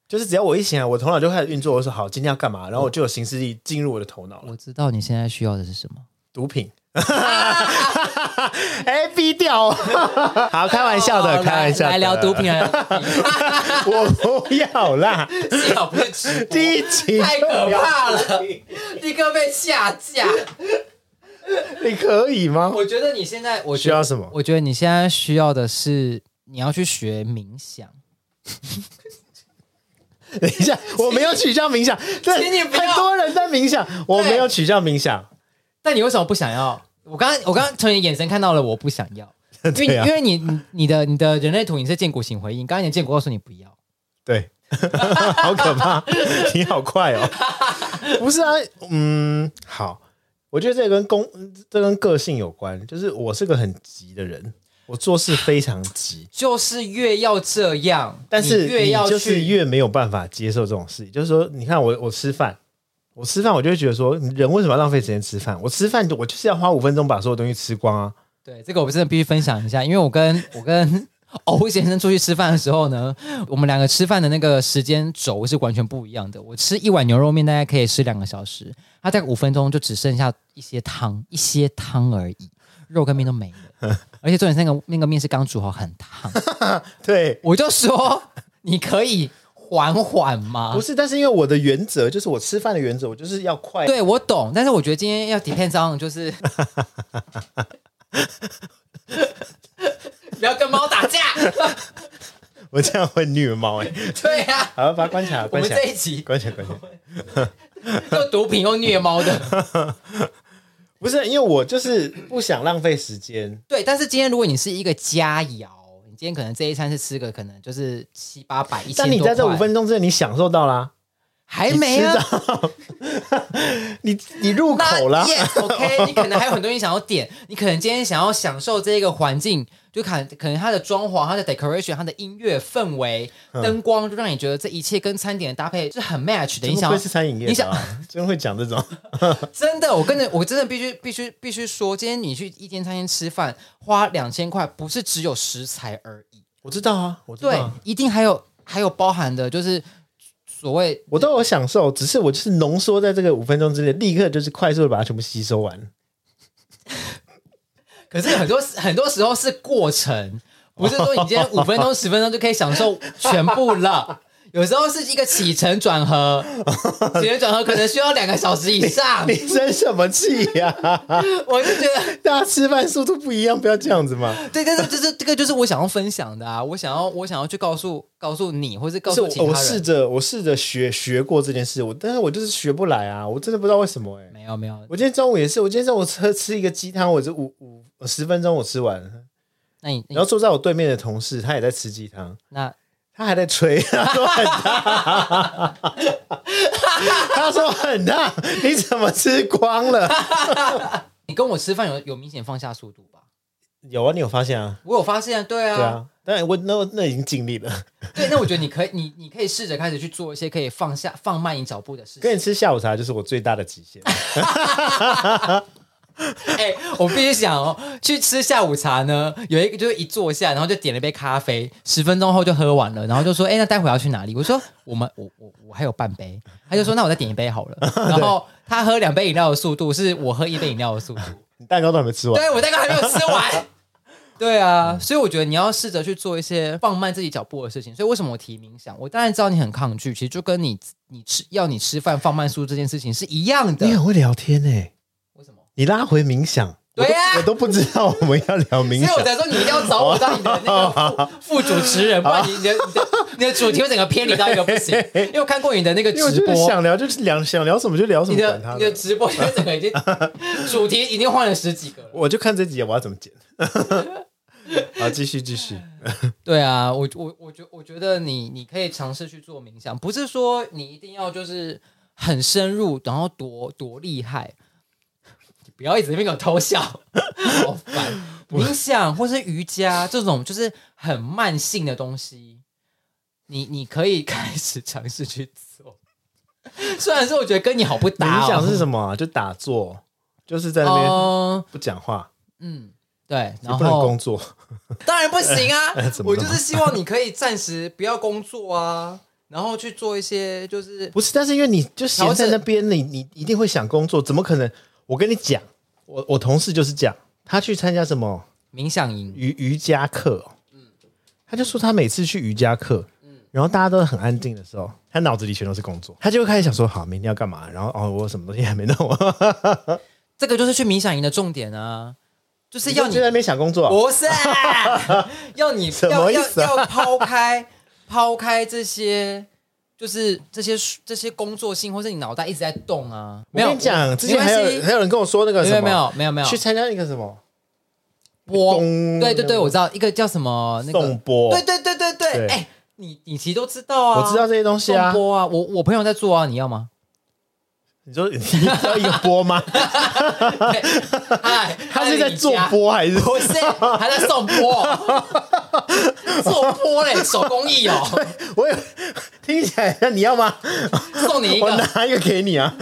Speaker 1: 就是只要我一醒来，我头脑就开始运作。我说好，今天要干嘛？然后我就有形式力进入我的头脑了。
Speaker 2: 我知道你现在需要的是什么。
Speaker 1: 毒品。 哎，逼掉！好，开玩笑的，
Speaker 2: 哦
Speaker 1: 开玩笑的。
Speaker 2: 来来聊毒，品啊，
Speaker 1: 我不要啦。
Speaker 2: 幸好不是直播。
Speaker 1: 第一集
Speaker 2: 太可怕了
Speaker 1: 就聊毒品，
Speaker 2: 立刻被下架。
Speaker 1: 你可以吗？
Speaker 2: 我觉得你现在，我
Speaker 1: 需
Speaker 2: 觉得
Speaker 1: 要什么？
Speaker 2: 我觉得你现在需要的是，你要去学冥想。
Speaker 1: 等一下，我没有取消冥想，这
Speaker 2: 请你不要
Speaker 1: 很多人在冥想，我没有取消冥想。
Speaker 2: 但你为什么不想要？我刚刚我刚刚从你眼神看到了，我不想要，因为、
Speaker 1: 对啊
Speaker 2: 因为你你你的你的人类图你是建骨型回应，刚刚你的建骨告诉你不要。
Speaker 1: 对， 好可怕，你好快哦。不是啊，嗯，好，我觉得这跟公，这跟个性有关。就是我是个很急的人，我做事非常急。
Speaker 2: 就是越要这样，
Speaker 1: 但是
Speaker 2: 你越要
Speaker 1: 你就
Speaker 2: 去
Speaker 1: 是越没有办法接受这种事情。就是说，你看我我吃饭，我吃饭我就会觉得说，人为什么要浪费时间吃饭？我吃饭我就是要花五分钟把所有东西吃光啊！
Speaker 2: 对这个，我真的必须分享一下，因为我跟我跟 欧先生出去吃饭的时候呢，我们两个吃饭的那个时间轴是完全不一样的。我吃一碗牛肉面大概可以吃两个小时，他大概五分钟就只剩下一些汤，一些汤而已，肉跟面都没 了。而且重点是那个那个面是刚煮好，很烫。
Speaker 1: 对，
Speaker 2: 我就说你可以缓缓吗
Speaker 1: 不？是，但是因为我的原则就是我吃饭的原则，我就是要快。
Speaker 2: 对，我懂，但是我觉得今天要 depends on 就是， 不要跟猫 打架。
Speaker 1: 我这样会虐猫哎、欸。
Speaker 2: 对呀、
Speaker 1: 好，把它关起来，
Speaker 2: 我
Speaker 1: 关
Speaker 2: 们
Speaker 1: 起
Speaker 2: 这
Speaker 1: 来，
Speaker 2: 一集
Speaker 1: 关起来，关起来。
Speaker 2: 又毒品又虐猫的，
Speaker 1: 不是因为我就是不想浪费时间，
Speaker 2: 对，但是今天如果你是一个佳肴，你今天可能这一餐是吃个可能就是七八百、一千
Speaker 1: 但
Speaker 2: 多
Speaker 1: 你在这
Speaker 2: 块
Speaker 1: 五分钟之内你享受到啦，
Speaker 2: 还没啊，
Speaker 1: 你你入口啦
Speaker 2: 那。Yes, OK，你可能还有很多人想要点，你可能今天想要享受这个环境，就看可能它的装潢、它的 decoration、它的音乐氛围、
Speaker 1: 嗯
Speaker 2: 灯光，就让你觉得这一切跟餐点的搭配是很 match 的。
Speaker 1: 真
Speaker 2: 你
Speaker 1: 不
Speaker 2: 想
Speaker 1: 愧
Speaker 2: 要
Speaker 1: 是餐饮业
Speaker 2: 你
Speaker 1: 的
Speaker 2: 想
Speaker 1: 啊，真会讲这种，
Speaker 2: 真的，我跟着我真的必须必须必须说，今天你去一间餐厅吃饭，花两千块不是只有食材而已，
Speaker 1: 我知道啊，我知道
Speaker 2: 对
Speaker 1: 啊，，
Speaker 2: 一定还有还有包含的就是所谓
Speaker 1: 我都有享受，只是我就是浓缩在这个五分钟之内，立刻就是快速的把它全部吸收 完。
Speaker 2: 可是很多很多时候是过程，不是说你今天五分钟、十分钟就可以享受全部 了。有时候是一个起承转 合，起承转合可能需要两个小时以上
Speaker 1: 你。生什么气呀、
Speaker 2: 我就觉得，
Speaker 1: 大家吃饭速度不一样，不要这样子嘛。
Speaker 2: 对，但是就是这个就是我想要分享的啊，我想要我想要去告诉告诉你，或是告
Speaker 1: 是
Speaker 2: 诉
Speaker 1: 我
Speaker 2: 其
Speaker 1: 我
Speaker 2: 他
Speaker 1: 试
Speaker 2: 人。
Speaker 1: 着我试着学学过这件事，我但是我就是学不来啊，我真的不知道为什么哎、
Speaker 2: 没有没有，
Speaker 1: 我今天中午也是，我今天中午吃吃一个鸡汤，我这五五十分钟我吃完了，
Speaker 2: 那你
Speaker 1: 然
Speaker 2: 那
Speaker 1: 后坐在我对面的同事他也在吃鸡汤，
Speaker 2: 那
Speaker 1: 他还在吹，他说很大，他说很大，你怎么吃光了？
Speaker 2: 你跟我吃饭有有明显放下速度吧？
Speaker 1: 有啊，你有发现啊？
Speaker 2: 我有发现，对啊，
Speaker 1: 对啊，当然我那那已经尽力了。
Speaker 2: 对那我觉得你可以，你你可以试着开始去做一些可以放下、放慢你脚步的事情。
Speaker 1: 跟你吃下午茶就是我最大的极限。
Speaker 2: 哎、我必须想哦，去吃下午茶呢，有一个就是一坐下，然后就点了一杯咖啡，十分钟后就喝完了，然后就说，哎、那待会要去哪里？我说，我们我我我还有半杯，他就说，那我再点一杯好了。然后他喝两杯饮料的速度是我喝一杯饮料的速度，
Speaker 1: 你蛋糕都还没吃完，
Speaker 2: 对我蛋糕还没有吃完。对啊，所以我觉得你要试着去做一些放慢自己脚步的事情。所以为什么我提冥想？我当然知道你很抗拒，其实就跟你你吃要你吃饭放慢速度这件事情是一样的
Speaker 1: 你。很会聊天呢、
Speaker 2: 为什么？
Speaker 1: 你拉回冥想，我都
Speaker 2: 对啊
Speaker 1: 我都不知道我们要聊冥
Speaker 2: 所以
Speaker 1: 想。
Speaker 2: 我才说你一定要找我当你的那个副副主持人，不然你你的你的你的主题会整个偏离到一个不行。因为我看过你的那 个
Speaker 1: 因为我
Speaker 2: 直
Speaker 1: 觉得
Speaker 2: 播，
Speaker 1: 想聊就是聊，想聊什么就聊什
Speaker 2: 你
Speaker 1: 么，
Speaker 2: 的
Speaker 1: 管他
Speaker 2: 你的
Speaker 1: 的。
Speaker 2: 直播就整个已经主题已经换了十几个了。
Speaker 1: 我就看这集我要怎么剪。好，继续继续。
Speaker 2: 对啊，我我我觉我觉得你你可以尝试去做冥想，不是说你一定要就是很深入，然后多多厉害。你不要一直在那边给我偷笑，好烦！ 冥想或是瑜伽这种就是很慢性的东西，你你可以 开始尝试去做。 虽然说我觉得跟你好不搭、
Speaker 1: 冥
Speaker 2: 哦，
Speaker 1: 想是什么啊？就打坐，就是在那边
Speaker 2: 哦
Speaker 1: 不讲话，
Speaker 2: 嗯，对，
Speaker 1: 也
Speaker 2: 然
Speaker 1: 不能
Speaker 2: 后
Speaker 1: 工作。
Speaker 2: 当然不 行啊
Speaker 1: 哎怎！么
Speaker 2: 我
Speaker 1: 了
Speaker 2: 就是希望你可以暂时不要工作啊，然后去做一些就是
Speaker 1: 不是，但是因为你就闲
Speaker 2: 调整
Speaker 1: 在那边，你你一定会想工作，怎么可能？我跟你讲，我我同事就是这样，他去参加什么
Speaker 2: 冥想营。
Speaker 1: 瑜瑜伽课、哦，他就说他每次去瑜伽课，然后大家都很安静的时候，他脑子里全都是工作，他就会开始想说，好，明天要干嘛？然后哦，我有什么东西还没弄，
Speaker 2: 这个就是去冥想营的重点啊，就是要
Speaker 1: 你
Speaker 2: 你
Speaker 1: 就在那边想工作啊，
Speaker 2: 不是啊 要你
Speaker 1: 什
Speaker 2: 要
Speaker 1: 么意
Speaker 2: 要
Speaker 1: 思啊
Speaker 2: 要抛开抛开这些。就是这些这些工作性，或是你脑袋一直在动啊。
Speaker 1: 我跟你讲，之前还有还
Speaker 2: 没
Speaker 1: 有人跟我说那个
Speaker 2: 关系
Speaker 1: 什
Speaker 2: 没
Speaker 1: 么，
Speaker 2: 有没有没有没有
Speaker 1: 去参加一个什么
Speaker 2: 波，
Speaker 1: 咚
Speaker 2: 对对对，我知道一个叫什么那个
Speaker 1: 送波，
Speaker 2: 对对对对对，
Speaker 1: 对
Speaker 2: 哎、你你其实都知道啊，
Speaker 1: 我知道这些东西啊
Speaker 2: 送播啊，我我朋友在做啊，你要 吗？
Speaker 1: 你说你要一个波 吗？
Speaker 2: 哎，
Speaker 1: 他是在做
Speaker 2: 你家，
Speaker 1: 波还是？
Speaker 2: 不是，还在送播，做播嘞，手工艺哦，
Speaker 1: 我有听起来像你要吗？
Speaker 2: 送你一
Speaker 1: 我
Speaker 2: 个，
Speaker 1: 拿一个给你啊。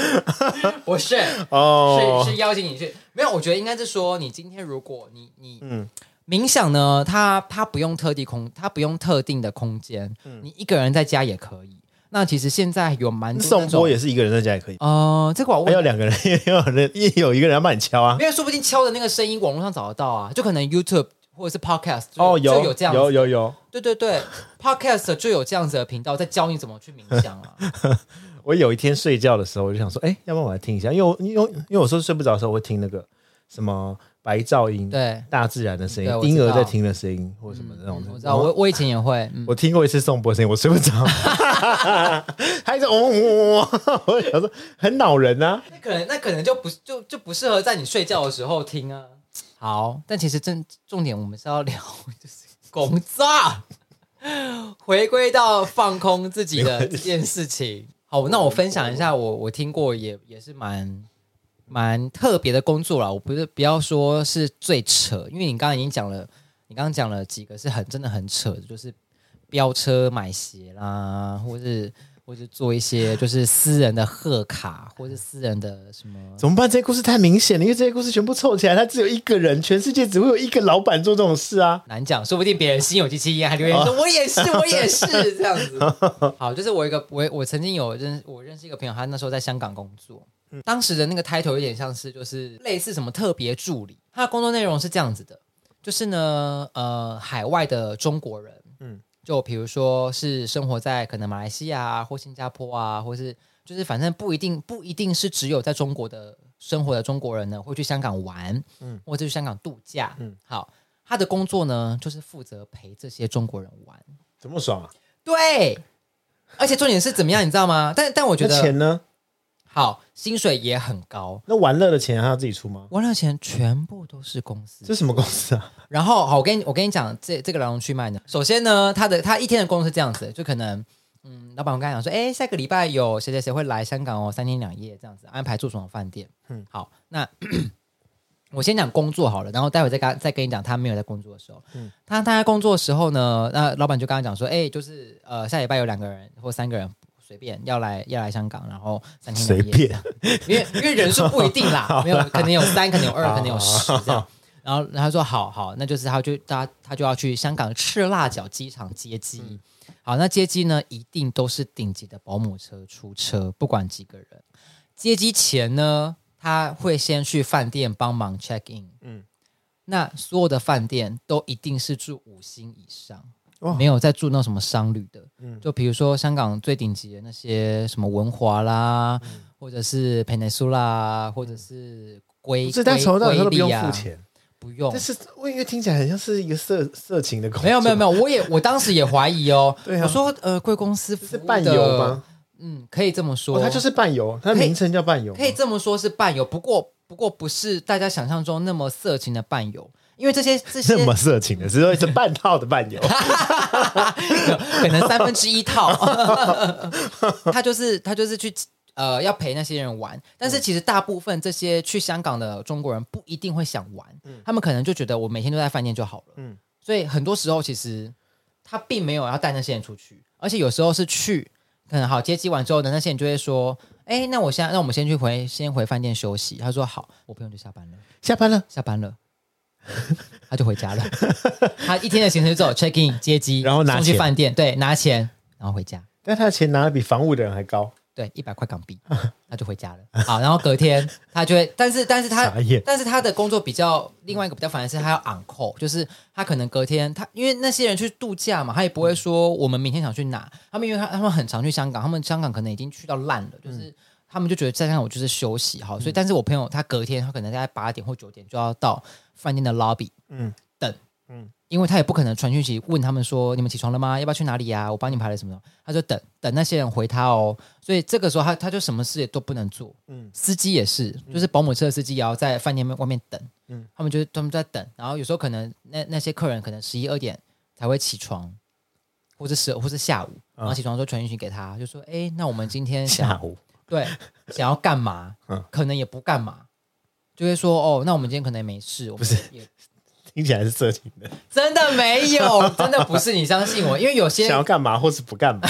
Speaker 2: 不是，
Speaker 1: 哦
Speaker 2: 是，是邀请你去，没有，我觉得应该是说，你今天如果你你
Speaker 1: 嗯
Speaker 2: 冥想呢，它它不用特地空，它不用特定的空间，你一个人在家也可以。那其实现在有蛮多那
Speaker 1: 送
Speaker 2: 种
Speaker 1: 波，也哎是一个人在家也可以，
Speaker 2: 呃，这个我
Speaker 1: 还有两个人， 也有人也有一个人要帮你敲啊。
Speaker 2: 因为说不定敲的那个声音，网络上找得到啊，就可能 YouTube 或者是 Podcast 就
Speaker 1: 哦，
Speaker 2: 就
Speaker 1: 有
Speaker 2: 有这样子
Speaker 1: 有有有，
Speaker 2: 对对对 ，Podcast 就有这样子的频道在教你怎么去冥想 啊。
Speaker 1: 我有一天睡觉的时候，我就想说，哎，要不然我来听一下，因为我因为因为我说睡不着的时候，我会听那个什么白噪音、
Speaker 2: 对，
Speaker 1: 大自然的声音
Speaker 2: 对、我
Speaker 1: 婴
Speaker 2: 知
Speaker 1: 儿在
Speaker 2: 道嗯
Speaker 1: 听的声音或什么那种。
Speaker 2: 我知道，我我以前也会，嗯，
Speaker 1: 我听过一次颂钵声音，我睡不着，还在嗡嗡嗡嗡嗡，我想说很恼人啊。
Speaker 2: 那可能那可能就不就就不适合在你睡觉的时候听啊。好，但其实正重点我们是要聊就是工作，回归到放空自己的这件事情。好，那我分享一下我我听过也也是蛮蛮特别的工作啦。我不是不要说是最扯，因为你刚刚已经讲了，你刚刚讲了几个是很真的很扯的，就是飙车买鞋啦，或是或是做一些就是私人的贺卡，或是私人的什么。
Speaker 1: 怎么办？这些故事太明显了，因为这些故事全部凑起来，他只有一个人，全世界只会有一个老板做这种事啊。
Speaker 2: 难讲，说不定别人心有戚戚焉，还留言
Speaker 1: 哦
Speaker 2: 说、我也是，我也是这样 子。好，就是我一个我我曾经有认我认识一个朋友，他那时候在香港工作，
Speaker 1: 嗯
Speaker 2: 当时的那个 title 有点像是就是类似什么特别助理，他的工作内容是这样子的，就是呢呃海外的中国人，嗯
Speaker 1: 嗯，
Speaker 2: 就比如说是生活在可能马来西亚啊或新加坡啊，或是就是反正不一定不一定是只有在中国的生活的中国人呢会去香港玩，嗯
Speaker 1: 嗯，
Speaker 2: 或者去香港度假，嗯
Speaker 1: 嗯，
Speaker 2: 好。他的工作呢，就是负责陪这些中国人玩。
Speaker 1: 怎么爽啊？
Speaker 2: 对，而且重点是怎么样，你知道吗？但但我觉
Speaker 1: 那
Speaker 2: 得
Speaker 1: 钱呢？
Speaker 2: 好，薪水也很高，
Speaker 1: 那玩乐的钱还要自己出吗？
Speaker 2: 玩乐钱全部都是公司
Speaker 1: 这。什么公司 啊？
Speaker 2: 然后好，我跟你我跟你讲，这这个来龙去脉呢。首先呢，他的他一天的工作是这样子的，就可能。嗯，老板，我跟他讲说，哎，下个礼拜有谁谁谁会来香港哦，三天两夜这样子，安排住什么饭店。嗯
Speaker 1: 嗯，
Speaker 2: 好，那 我先讲工作好了，然后待会再跟他再跟你讲他没有在工作的时候。嗯
Speaker 1: 嗯，
Speaker 2: 他他在工作的时候呢，那老板就跟他讲说，哎，就是呃，下礼拜有两个人或三个人随便要来要来香港，然后三天两夜
Speaker 1: 随便
Speaker 2: 因为因为人数不一定啦， 没有可能有三，可能有二，
Speaker 1: 好
Speaker 2: 可能有十这样。然后然后他说好好，那就是他就他他就要去香港赤辣角机场接机。
Speaker 1: 嗯
Speaker 2: 好，那接机呢一定都是顶级的保姆车出车，不管几个人。接机前呢，他会先去饭店帮忙 check in。嗯
Speaker 1: 嗯，
Speaker 2: 那所有的饭店都一定是住五星以上。
Speaker 1: 哇
Speaker 2: 没有在住那种什么商旅的，
Speaker 1: 嗯
Speaker 2: 就比如说香港最顶级的那些什么文华啦，
Speaker 1: 嗯
Speaker 2: 或者是 Peninsula，啊或者是
Speaker 1: 不
Speaker 2: 龟，
Speaker 1: 是，但从头到尾
Speaker 2: 龟
Speaker 1: 他都不用
Speaker 2: 龟利啊
Speaker 1: 付，钱，
Speaker 2: 不用
Speaker 1: 这，是我因为听起来很像是一个色色情的公司，
Speaker 2: 没有没有没有，我也我当时也怀疑哦，
Speaker 1: 对啊
Speaker 2: 我说呃贵公司
Speaker 1: 这
Speaker 2: 服
Speaker 1: 是
Speaker 2: 务的
Speaker 1: 伴游吗？
Speaker 2: 嗯，可以这么说，
Speaker 1: 哦，它就是伴游，它的名称叫伴游吗，
Speaker 2: 可以这么说是伴游，不过不过不是大家想象中那么色情的伴游，因为这些这 些
Speaker 1: 这么色情的，只是是半套的 伴游，
Speaker 2: 可能三分之一套。 他就是他就是去呃要陪那些人玩，但是其实大部分这些去香港的中国人不一定会想玩，他们可能就觉得我每天都在饭店就好了。
Speaker 1: 嗯
Speaker 2: 所以很多时候其实他并没有要带那些人出去，而且有时候是去可能好接机完之后呢，那些人就会说。哎，那我现在，那我们先去回，先回饭店休息。他说好，我不用就下班了。
Speaker 1: 下班了，
Speaker 2: 下班了， 他就回家了。他一天的行程就只有 check in 接机，
Speaker 1: 然后拿
Speaker 2: 送去
Speaker 1: 钱
Speaker 2: 饭店，对，拿钱，然后回家，
Speaker 1: 但他的钱拿的比房务的人还高，
Speaker 2: 对，一百块港币，他就回家了。好，然后隔天他就会，但是但是他
Speaker 1: 傻眼，
Speaker 2: 但是他的工作比较另外一个比较烦的是，他要 on call，就是他可能隔天他因为那些人去度假嘛，他也不会说我们明天想去哪，他们因为他他们很常去香港，他们香港可能已经去到烂了，就是。
Speaker 1: 嗯
Speaker 2: 他们就觉得在香港我就是休息好，所以但是我朋友他隔天他可能大概八点或九点就要到饭店的 lobby，
Speaker 1: 嗯，
Speaker 2: 因为他也不可能传讯息问他们说你们起床了吗？要不要去哪里啊呀、我帮你排了什么的？他就等等那些人回他哦，所以这个时候他他就什么事也都不能做。嗯
Speaker 1: 嗯，
Speaker 2: 司机也是，就是保姆车的司机也要在饭店外面等。嗯
Speaker 1: 嗯，
Speaker 2: 他们就是他们在等，然后有时候可能那那些客人可能十一二点才会起床，或者十或是下午，然后起床之后传讯息给他，就说哎，那我们今天
Speaker 1: 嗯
Speaker 2: 想
Speaker 1: 下午
Speaker 2: 对，想要干嘛，
Speaker 1: 嗯
Speaker 2: 可能也不干嘛，就会说哦，那我们今天可能也没事，我们
Speaker 1: 是
Speaker 2: 也
Speaker 1: 听起来是色情的，
Speaker 2: 真的没 有，真的不是你相信我，因为有些
Speaker 1: 想要干嘛或是不 干嘛，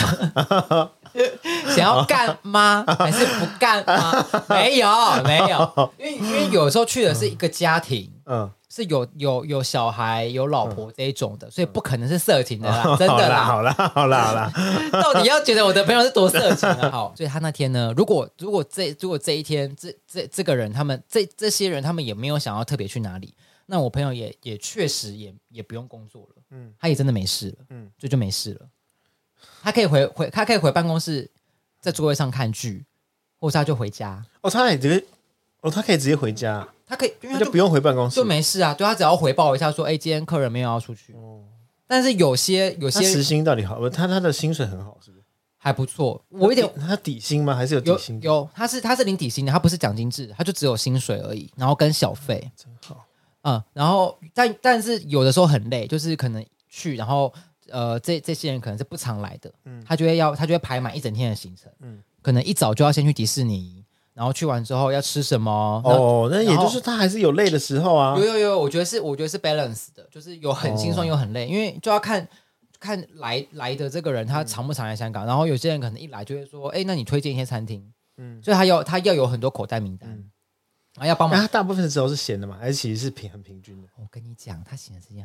Speaker 2: 想要干吗？还是不 干吗？没有，没有，因为因为有时候去的是一个家庭，
Speaker 1: 嗯，
Speaker 2: 是有有有小孩、有老婆这一种的，所以不可能是色情的啦，真的啦。
Speaker 1: 哦好啦，好啦，好啦，好啦，
Speaker 2: 到底要觉得我的朋友是多色情啊？好，所以他那天呢，如果如果这如果这一天这这这个人他们这这些人他们也没有想要特别去哪里，那我朋友也也确实也也不用工作了，嗯
Speaker 1: 嗯，
Speaker 2: 他也真的没事了，嗯
Speaker 1: 嗯，
Speaker 2: 就就没事了，他可以回回他可以回办公室，在座位上看剧，或是他就回家，
Speaker 1: 哦，他也直接，哦，他可以直接回家，
Speaker 2: 他他可以，因为
Speaker 1: 那
Speaker 2: 他
Speaker 1: 就不用回办公室
Speaker 2: 就。没事啊，对他只要回报一下说，哎，今天客人没有要出去。但是有些有
Speaker 1: 他时
Speaker 2: 些
Speaker 1: 薪到底好？不他他的薪水很好，是不是？
Speaker 2: 还不错，我有点
Speaker 1: 他底薪吗？还是有底
Speaker 2: 有
Speaker 1: 薪？
Speaker 2: 有，他是他是领底薪的，他不是奖金制，他就只有薪水而已，然后跟小费。
Speaker 1: 真好，
Speaker 2: 嗯，然后但但是有的时候很累，就是可能去，然后呃，这这些人可能是不常来的，
Speaker 1: 嗯
Speaker 2: 他就会要他就会排满一整天的行程，
Speaker 1: 嗯
Speaker 2: 可能一早就要先去迪士尼，然后去完之后要吃什么，然后
Speaker 1: 哦，那也就是他还是有累的时候啊哦
Speaker 2: 有。有有，我觉得是，我觉得是 balance 的，就是有很轻松，有很累，因为就要看看来来的这个人他常不常来香港。然后有些人可能一来就会说，哎、那你推荐一些餐厅，
Speaker 1: 嗯，
Speaker 2: 所以他要他要有很多口袋名单，
Speaker 1: 嗯
Speaker 2: 然后要帮
Speaker 1: 那
Speaker 2: 忙。
Speaker 1: 他大部分的时候是闲的嘛，还是其实是平很平均的？
Speaker 2: 我跟你讲，他闲的时间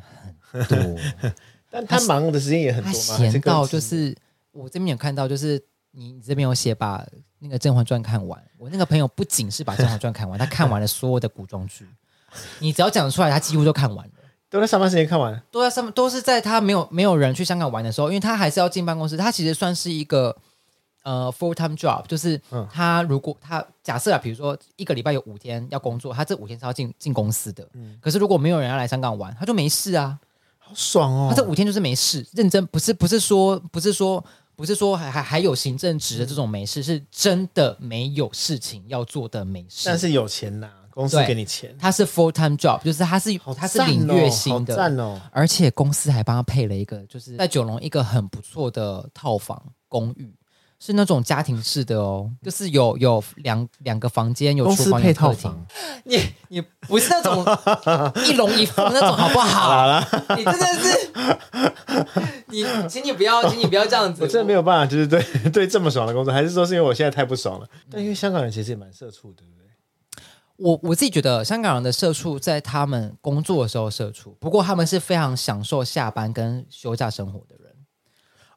Speaker 2: 很多，
Speaker 1: 但他忙的时间也很多
Speaker 2: 他
Speaker 1: 嘛，还
Speaker 2: 闲
Speaker 1: 跟
Speaker 2: 到就是我这边有看到，就是你你这边有写把那个《甄嬛传》看完，我那个朋友不仅是把《甄嬛传》看完，他看完了所有的古装剧，你只要讲出来，他几乎都看完了。
Speaker 1: 都在上班时间看完。
Speaker 2: 都在上面，都是在他没有没有人去香港玩的时候，因为他还是要进办公室。他其实算是一个呃 full time job，就是
Speaker 1: 嗯
Speaker 2: 他如果他假设啊，比如说一个礼拜有五天要工作，他这五天是要进进公司的。
Speaker 1: 嗯
Speaker 2: 可是如果没有人要来香港玩，他就没事啊。
Speaker 1: 好爽哦！
Speaker 2: 他这五天就是没事，认真不是不是说不是说不是说还还还有行政职的这种没事，是真的没有事情要做的没事。
Speaker 1: 但是有钱拿，公司
Speaker 2: 对
Speaker 1: 给你钱，
Speaker 2: 他是 full time job，就是他是、
Speaker 1: 好
Speaker 2: 他是
Speaker 1: 赞
Speaker 2: 领
Speaker 1: 哦
Speaker 2: 月薪的，
Speaker 1: 好赞哦！
Speaker 2: 而且公司还帮他配了一个，就是在九龙一个很不错的套房公寓，是那种家庭式的哦，就是有有两两个房间，有
Speaker 1: 公
Speaker 2: 厨
Speaker 1: 司
Speaker 2: 房
Speaker 1: 配套，
Speaker 2: 有
Speaker 1: 房，
Speaker 2: 客厅你你不是那种 一龙一凤那种好不好？你真的是， 你请你不要，请你不要这样子，
Speaker 1: 我真的没有办法，就是对 对这么爽的工作，还是说是因为我现在太不爽了？但因为香港人其实也蛮社畜的，对不对？
Speaker 2: 我我自己觉得，香港人的社畜在他们工作的时候社畜，不过他们是非常享受下班跟休假生活的人，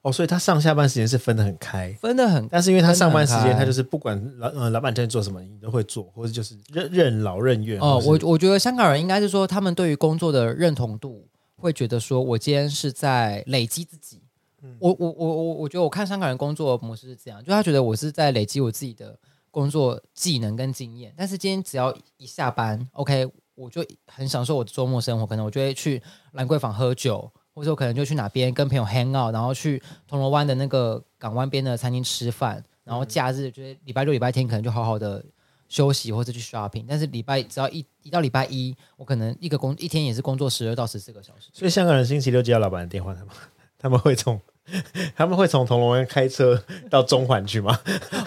Speaker 1: 哦，所以他上下班时间是分得很开，
Speaker 2: 分得很
Speaker 1: 但是因为他上班时
Speaker 2: 分得
Speaker 1: 间，
Speaker 2: 很开
Speaker 1: 他就是不管老呃老板叫你做什么，你都会做，或者就是任任劳任怨。
Speaker 2: 哦，
Speaker 1: 或
Speaker 2: 我
Speaker 1: 是
Speaker 2: 我觉得香港人应该是说，他们对于工作的认同度，会觉得说我今天是在累积自己。
Speaker 1: 嗯
Speaker 2: 我我我我我觉得我看香港人工作模式是这样，就他觉得我是在累积我自己的工作技能跟经验，但是今天只要一下班，OK，我就很享受我的周末生活，可能我就会去兰桂坊喝酒，或者我可能就去哪边跟朋友 hang out，然后去铜锣湾的那个港湾边的餐厅吃饭，
Speaker 1: 嗯
Speaker 2: 然后假日就是礼拜六、礼拜天可能就好好的休息或者去 shopping，但是礼拜只要一一到礼拜一，我可能一个工一天也是工作十二到十四 个小时。
Speaker 1: 所以香港人星期六接到老板的电话，他们 他们会从 他们会从铜锣湾开车到中环去吗？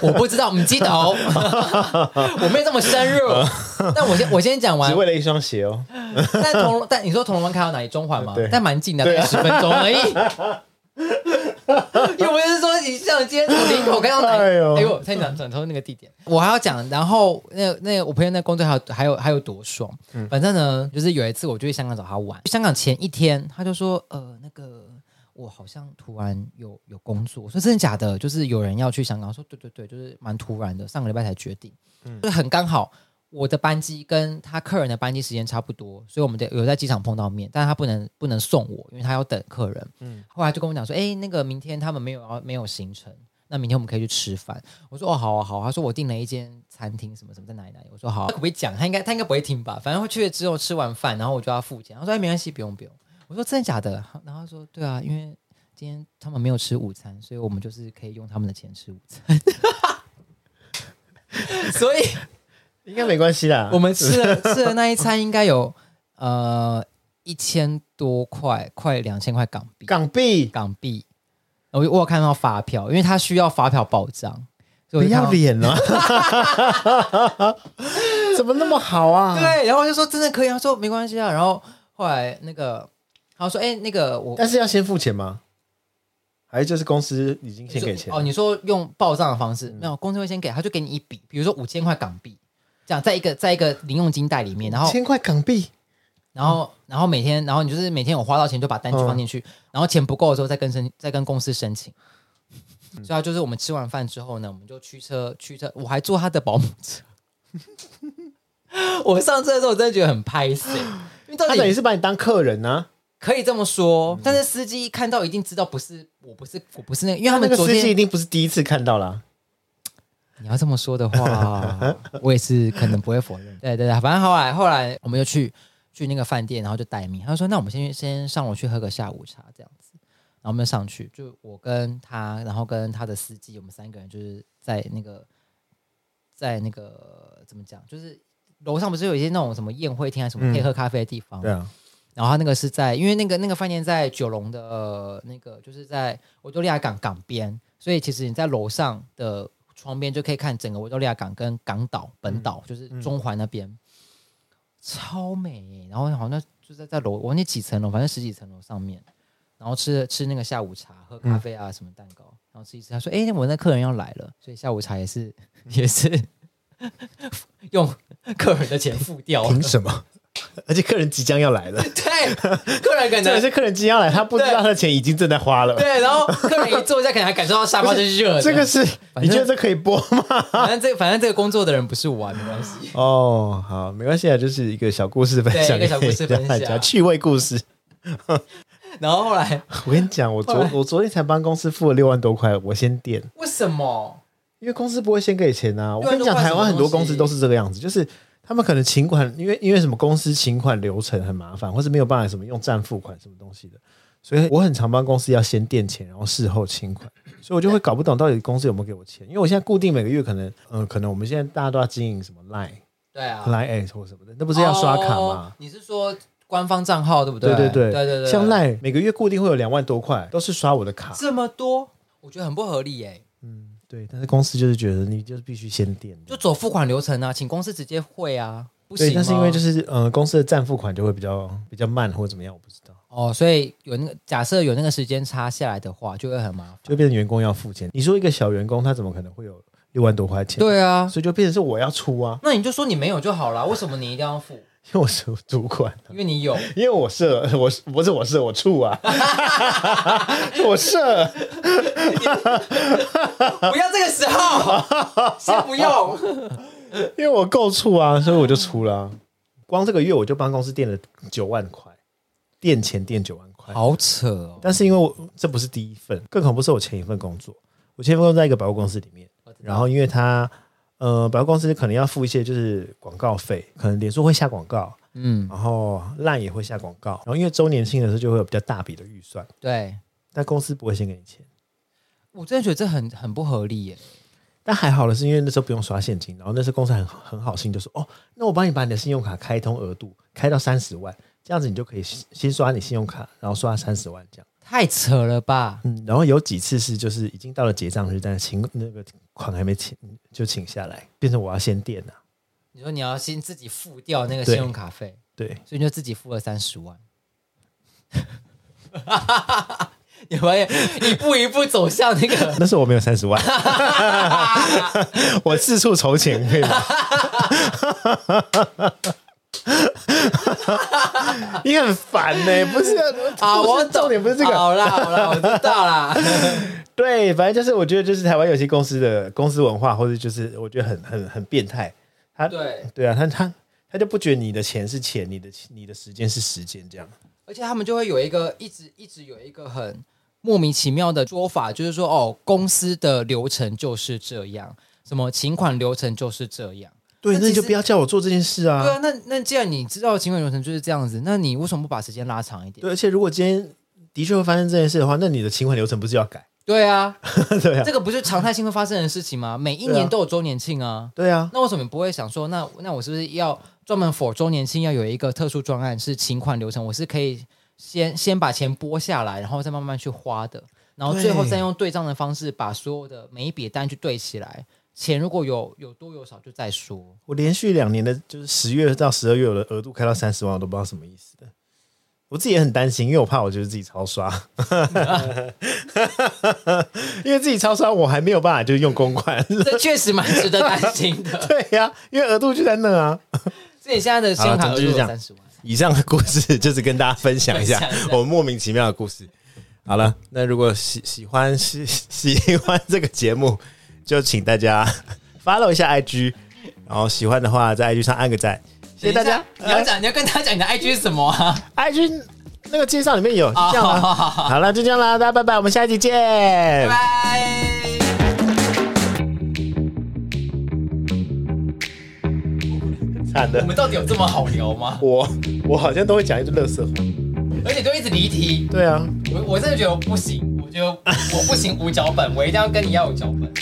Speaker 2: 我不知道，唔知道，哦 我没有这么深 入。但我先我先讲完
Speaker 1: 只，为了一双鞋哦。
Speaker 2: 但铜锣但你说铜锣湾开到哪里？中环吗
Speaker 1: 对？
Speaker 2: 但蛮近的，大
Speaker 1: 对
Speaker 2: 概
Speaker 1: 啊
Speaker 2: 十分钟而已。 又不是说你像今天从林口开到哪里？
Speaker 1: 哎
Speaker 2: 哎
Speaker 1: 呦
Speaker 2: 呦，太难转头那个地点，我还要讲。然后那那我朋友那工作还有还有还有多爽，反正呢，就是有一次我就去香港找他玩，香港前一天他就说，呃，那个。我好像突然有有工作，我说真的假的？就是有人要去香港，我说对对对，就是蛮突然的，上个礼拜才决定，就是很刚好，我的班机跟他客人的班机时间差不多，所以我们得有在机场碰到面，但是他不能不能送我，因为他要等客人。嗯，后来就跟我讲说，哎、那个明天他们没有要没有行程，那明天我们可以去吃饭。我说哦，好啊好啊，他说我订了一间餐厅，什么什么在哪里哪里。我说好啊、他可不可以讲？他应该他应该不会听吧？反正会去了之后吃完饭，然后我就要付钱。他说哎，没关系，不用不用。我说真的假的？然后他说对啊，因为今天他们没有吃午餐，所以我们就是可以用他们的钱吃午餐。 所以。
Speaker 1: 应该没关系啦。
Speaker 2: 我们吃了吃了那一餐应该有呃一千多块，快两千块港币。
Speaker 1: 港币
Speaker 2: 港币，我我有看到发票，因为他需要发票报账，所
Speaker 1: 不
Speaker 2: 以我就看
Speaker 1: 要
Speaker 2: 到。
Speaker 1: 脸啊了， 怎么那么好啊？，
Speaker 2: 对，然后我就说真的可以，他说没关系啊。然后后来那个，他说哎、那个我
Speaker 1: 但是要先付钱吗？还是就是公司已经先给钱？嗯
Speaker 2: 哦，你说用报账的方式，没有公司会先给，他就给你一笔，比如说五千块港币，这样在一个在一个零用金袋里面，然后
Speaker 1: 千块港币，
Speaker 2: 然后，
Speaker 1: 嗯
Speaker 2: 然后每天，然后你就是每天有花到钱就把单据放进去，然后钱不够的时候再跟申，再跟公司申请。
Speaker 1: 嗯
Speaker 2: 所以啊，就是我们吃完饭之后呢，我们就驱车驱车，我还坐他的保姆车。 我上车的时候，我真的觉得很拍死，欸因为到
Speaker 1: 他等于
Speaker 2: 底
Speaker 1: 是把嗯你当客人啊。
Speaker 2: 可以这么说，但是司机一看到一定知道不是我不是我不是那个，因为他
Speaker 1: 那
Speaker 2: 们
Speaker 1: 个
Speaker 2: 昨
Speaker 1: 司机一
Speaker 2: 天
Speaker 1: 定不是第一次看到啦，
Speaker 2: 你要这么说 的话，我也是可能不会否认。对对对，反正后来后来我们就去去那个饭店，然后就待命。他就说：“那我们先去先上楼去喝个下午茶，这样子。”然后我们就上去，就我跟他，然后跟他的司机，我们三个人就是在那个在那个怎么讲，就是楼上不是有一些那种什么宴会厅啊，什么可以喝咖啡的地方？
Speaker 1: 嗯对啊，
Speaker 2: 然后他那个是在，因为那个那个饭店在九龙的、呃、那个，就是在维多利亚港港边，所以其实你在楼上的窗边就可以看整个维多利亚港跟港岛本岛，就是中环那边，超美耶。然后好像就在在楼，我忘记几层楼，反正十几层楼上面，然后吃吃那个下午茶，喝咖啡啊，什么蛋糕，然后吃一吃。他说：“哎、我那客人要来了，所以下午茶也是 也是用客人的钱付掉了
Speaker 1: 哦
Speaker 3: 凭。”什么？
Speaker 1: 而且客人即将要 来了，
Speaker 2: 对，客人可
Speaker 1: 真
Speaker 2: 能
Speaker 1: 的是客人即将要来，他不知道他的钱已经正在花 了。
Speaker 2: 对，然后客人一坐下，可能还感受到沙发是热的。
Speaker 1: 这个是
Speaker 2: 反正
Speaker 1: 你觉得这可以播吗？
Speaker 2: 反正这反正这个工作的人不是我、啊，没关系。
Speaker 1: 哦，好，没关系啊，就是一个小故事分享，
Speaker 2: 对一个小故事分享
Speaker 1: 给大家趣味故事。
Speaker 2: 然后后来
Speaker 1: 我跟你讲，我昨
Speaker 2: 后来
Speaker 1: 我昨天才帮公司付了六万多块，我先垫，
Speaker 2: 为什么？
Speaker 1: 因为公司不会先给钱啊。我跟你
Speaker 2: 6万多
Speaker 1: 讲，
Speaker 2: 块
Speaker 1: 台湾很多
Speaker 2: 什么东
Speaker 1: 公
Speaker 2: 西
Speaker 1: 司都是这个样子，就是他们可能请款，因为因为什么公司请款流程很麻烦，或是没有办法什么用站付款什么东西的，所以我很常帮公司要先垫钱，然后事后请款，所以我就会搞不懂到底公司有没有给我钱，因为我现在固定每个月可能，嗯、可能我们现在大家都要经营什么 Line、
Speaker 2: 对啊，
Speaker 1: Line App 或什么的，那不是要刷卡吗
Speaker 2: 哦？你是说官方账号对不
Speaker 1: 对
Speaker 2: 对
Speaker 1: 对
Speaker 2: 对
Speaker 1: 对
Speaker 2: 对对
Speaker 1: 像赖每个月固定会有两万多块，都是刷我的卡。
Speaker 2: 这么多，我觉得很不合理耶、
Speaker 1: 嗯，对，但是公司就是觉得你就是必须先垫，
Speaker 2: 就走付款流程啊，请公司直接汇啊，不行
Speaker 1: 对，
Speaker 2: 吗？
Speaker 1: 但是因为就是呃公司的暂付款就会比较比较慢或者怎么样，我不知道，
Speaker 2: 哦，所以有那个假设有那个时间差下来的话，就会很麻烦。
Speaker 1: 就变成员工要付钱。你说一个小员工他怎么可能会有六万多块钱？、
Speaker 2: 对啊，
Speaker 1: 所以就变成是我要出啊，
Speaker 2: 那你就说你没有就好了，为什么你一定要付？
Speaker 1: 因为我是主管。
Speaker 2: 因为你有，
Speaker 1: 因为我设，我不是我设，我处啊， 我设，
Speaker 2: 不要这个时候，先不用。
Speaker 1: 因为我够处啊，所以我就出了啊、光这个月我就帮公司垫了九万块，垫钱垫九万块，
Speaker 2: 好扯哦！
Speaker 1: 但是因为我这不是第一份，更恐怖是我前一份工作，我前一份工作在一个百货公司里面，然后因为他呃百货公司可能要付一些就是广告费，可能脸书会下广告，
Speaker 2: 嗯，
Speaker 1: 然后烂也会下广告，然后因为周年庆的时候就会有比较大笔的预算，
Speaker 2: 对
Speaker 1: 但公司不会先给你钱。
Speaker 2: 我真的觉得这很很不合理耶。
Speaker 1: 但还好的是，因为那时候不用刷现金，然后那时候公司很很好心，就说哦，那我帮你把你的信用卡开通额度开到三十万，这样子你就可以先先刷你信用卡，然后刷三十万这样。
Speaker 2: 太扯了吧！
Speaker 1: 嗯，然后有几次是就是已经到了结账日，但是请那个款还没请就请下来，变成我要先垫了、啊
Speaker 2: 你说你要先自己付掉那个信
Speaker 1: 对
Speaker 2: 用卡费，
Speaker 1: 对，
Speaker 2: 所以你就自己付了三十 万。你发现一步一步走向 那个，
Speaker 1: 那时候我没有三 十万，我四处筹钱，可以吗？ 你很烦呢、不是？啊
Speaker 2: 好，
Speaker 1: 不
Speaker 2: 啊我
Speaker 1: 是
Speaker 2: 懂啊
Speaker 1: 重点不是这个，
Speaker 2: 好啦好啦，我知 道啦。
Speaker 1: 对，反正就是我觉得就是台湾有些公司的公司文化，或者就是我觉得很很很变态，他
Speaker 2: 对，
Speaker 1: 对啊，他他他就不觉得你的钱是钱，你的你的时间是时间这样。
Speaker 2: 而且他们就会有一个一直一直有一个很莫名其妙的说法，就是说哦，公司的流程就是这样，什么请款流程就是这样。
Speaker 1: 对，
Speaker 2: 那
Speaker 1: 那你
Speaker 2: 其
Speaker 1: 就
Speaker 2: 实
Speaker 1: 不要叫我做这件事啊。
Speaker 2: 对啊，那那既然你知道请款流程就是这样子，那你为什么不把时间拉长一点？
Speaker 1: 对，而且如果今天的确会发生这件事的话，那你的请款流程不是要改？
Speaker 2: 对啊，
Speaker 1: 对啊，
Speaker 2: 这个不是常态性会发生的事情吗？每一
Speaker 1: 对啊
Speaker 2: 年都有周年庆啊，
Speaker 1: 对啊，
Speaker 2: 那为什么你不会想说，那那我是不是要专门 for 周年庆要有一个特殊专案是请款流程？我是可以先先把钱拨下来，然后再慢慢去花的，然后最后
Speaker 1: 对
Speaker 2: 再用对账的方式把所有的每一笔单去对起来。钱如果有有多有少就再说，
Speaker 1: 我连续两年的，就是十月到十二月，我的额度开到三十万，我都不知道什么意思的。我自己也很担心，因为我怕我就是自己超 刷，因为自己超刷，我还没有办法就是用公款。
Speaker 2: 这确实蛮值得担心的。
Speaker 1: 对呀、因为额度就在那啊。
Speaker 2: 所以你现在的信用
Speaker 1: 好
Speaker 2: 卡
Speaker 1: 了
Speaker 2: 额
Speaker 1: 总之
Speaker 2: 度
Speaker 1: 就是这
Speaker 2: 有
Speaker 1: 样
Speaker 2: 三十万，
Speaker 1: 以上的故事就是跟大家分享一下
Speaker 2: 分享一下
Speaker 1: 我们莫名其妙的故事。好了，那如果喜喜欢喜喜欢这个节目，就请大家 follow 一下 IG，然后喜欢的话在 IG 上按个赞，谢谢大家。
Speaker 2: 等一下你要讲，你要跟他讲你的 IG 是什么啊？
Speaker 1: 呃 IG 那个介绍里面有，就这 样
Speaker 2: 好
Speaker 1: 啊。
Speaker 2: 好好
Speaker 1: 好了，就这样啦，大家拜拜，我们下一集见，
Speaker 2: 拜拜。
Speaker 1: 惨
Speaker 2: 我
Speaker 1: 了。
Speaker 2: 们到底有这么好聊吗？
Speaker 1: 我我好像都会讲一句乐色话。
Speaker 2: 而且都一直离题，
Speaker 1: 对啊，
Speaker 2: 我我真的觉得我不行，我觉得我不行无脚本，我一定要跟你要有脚本。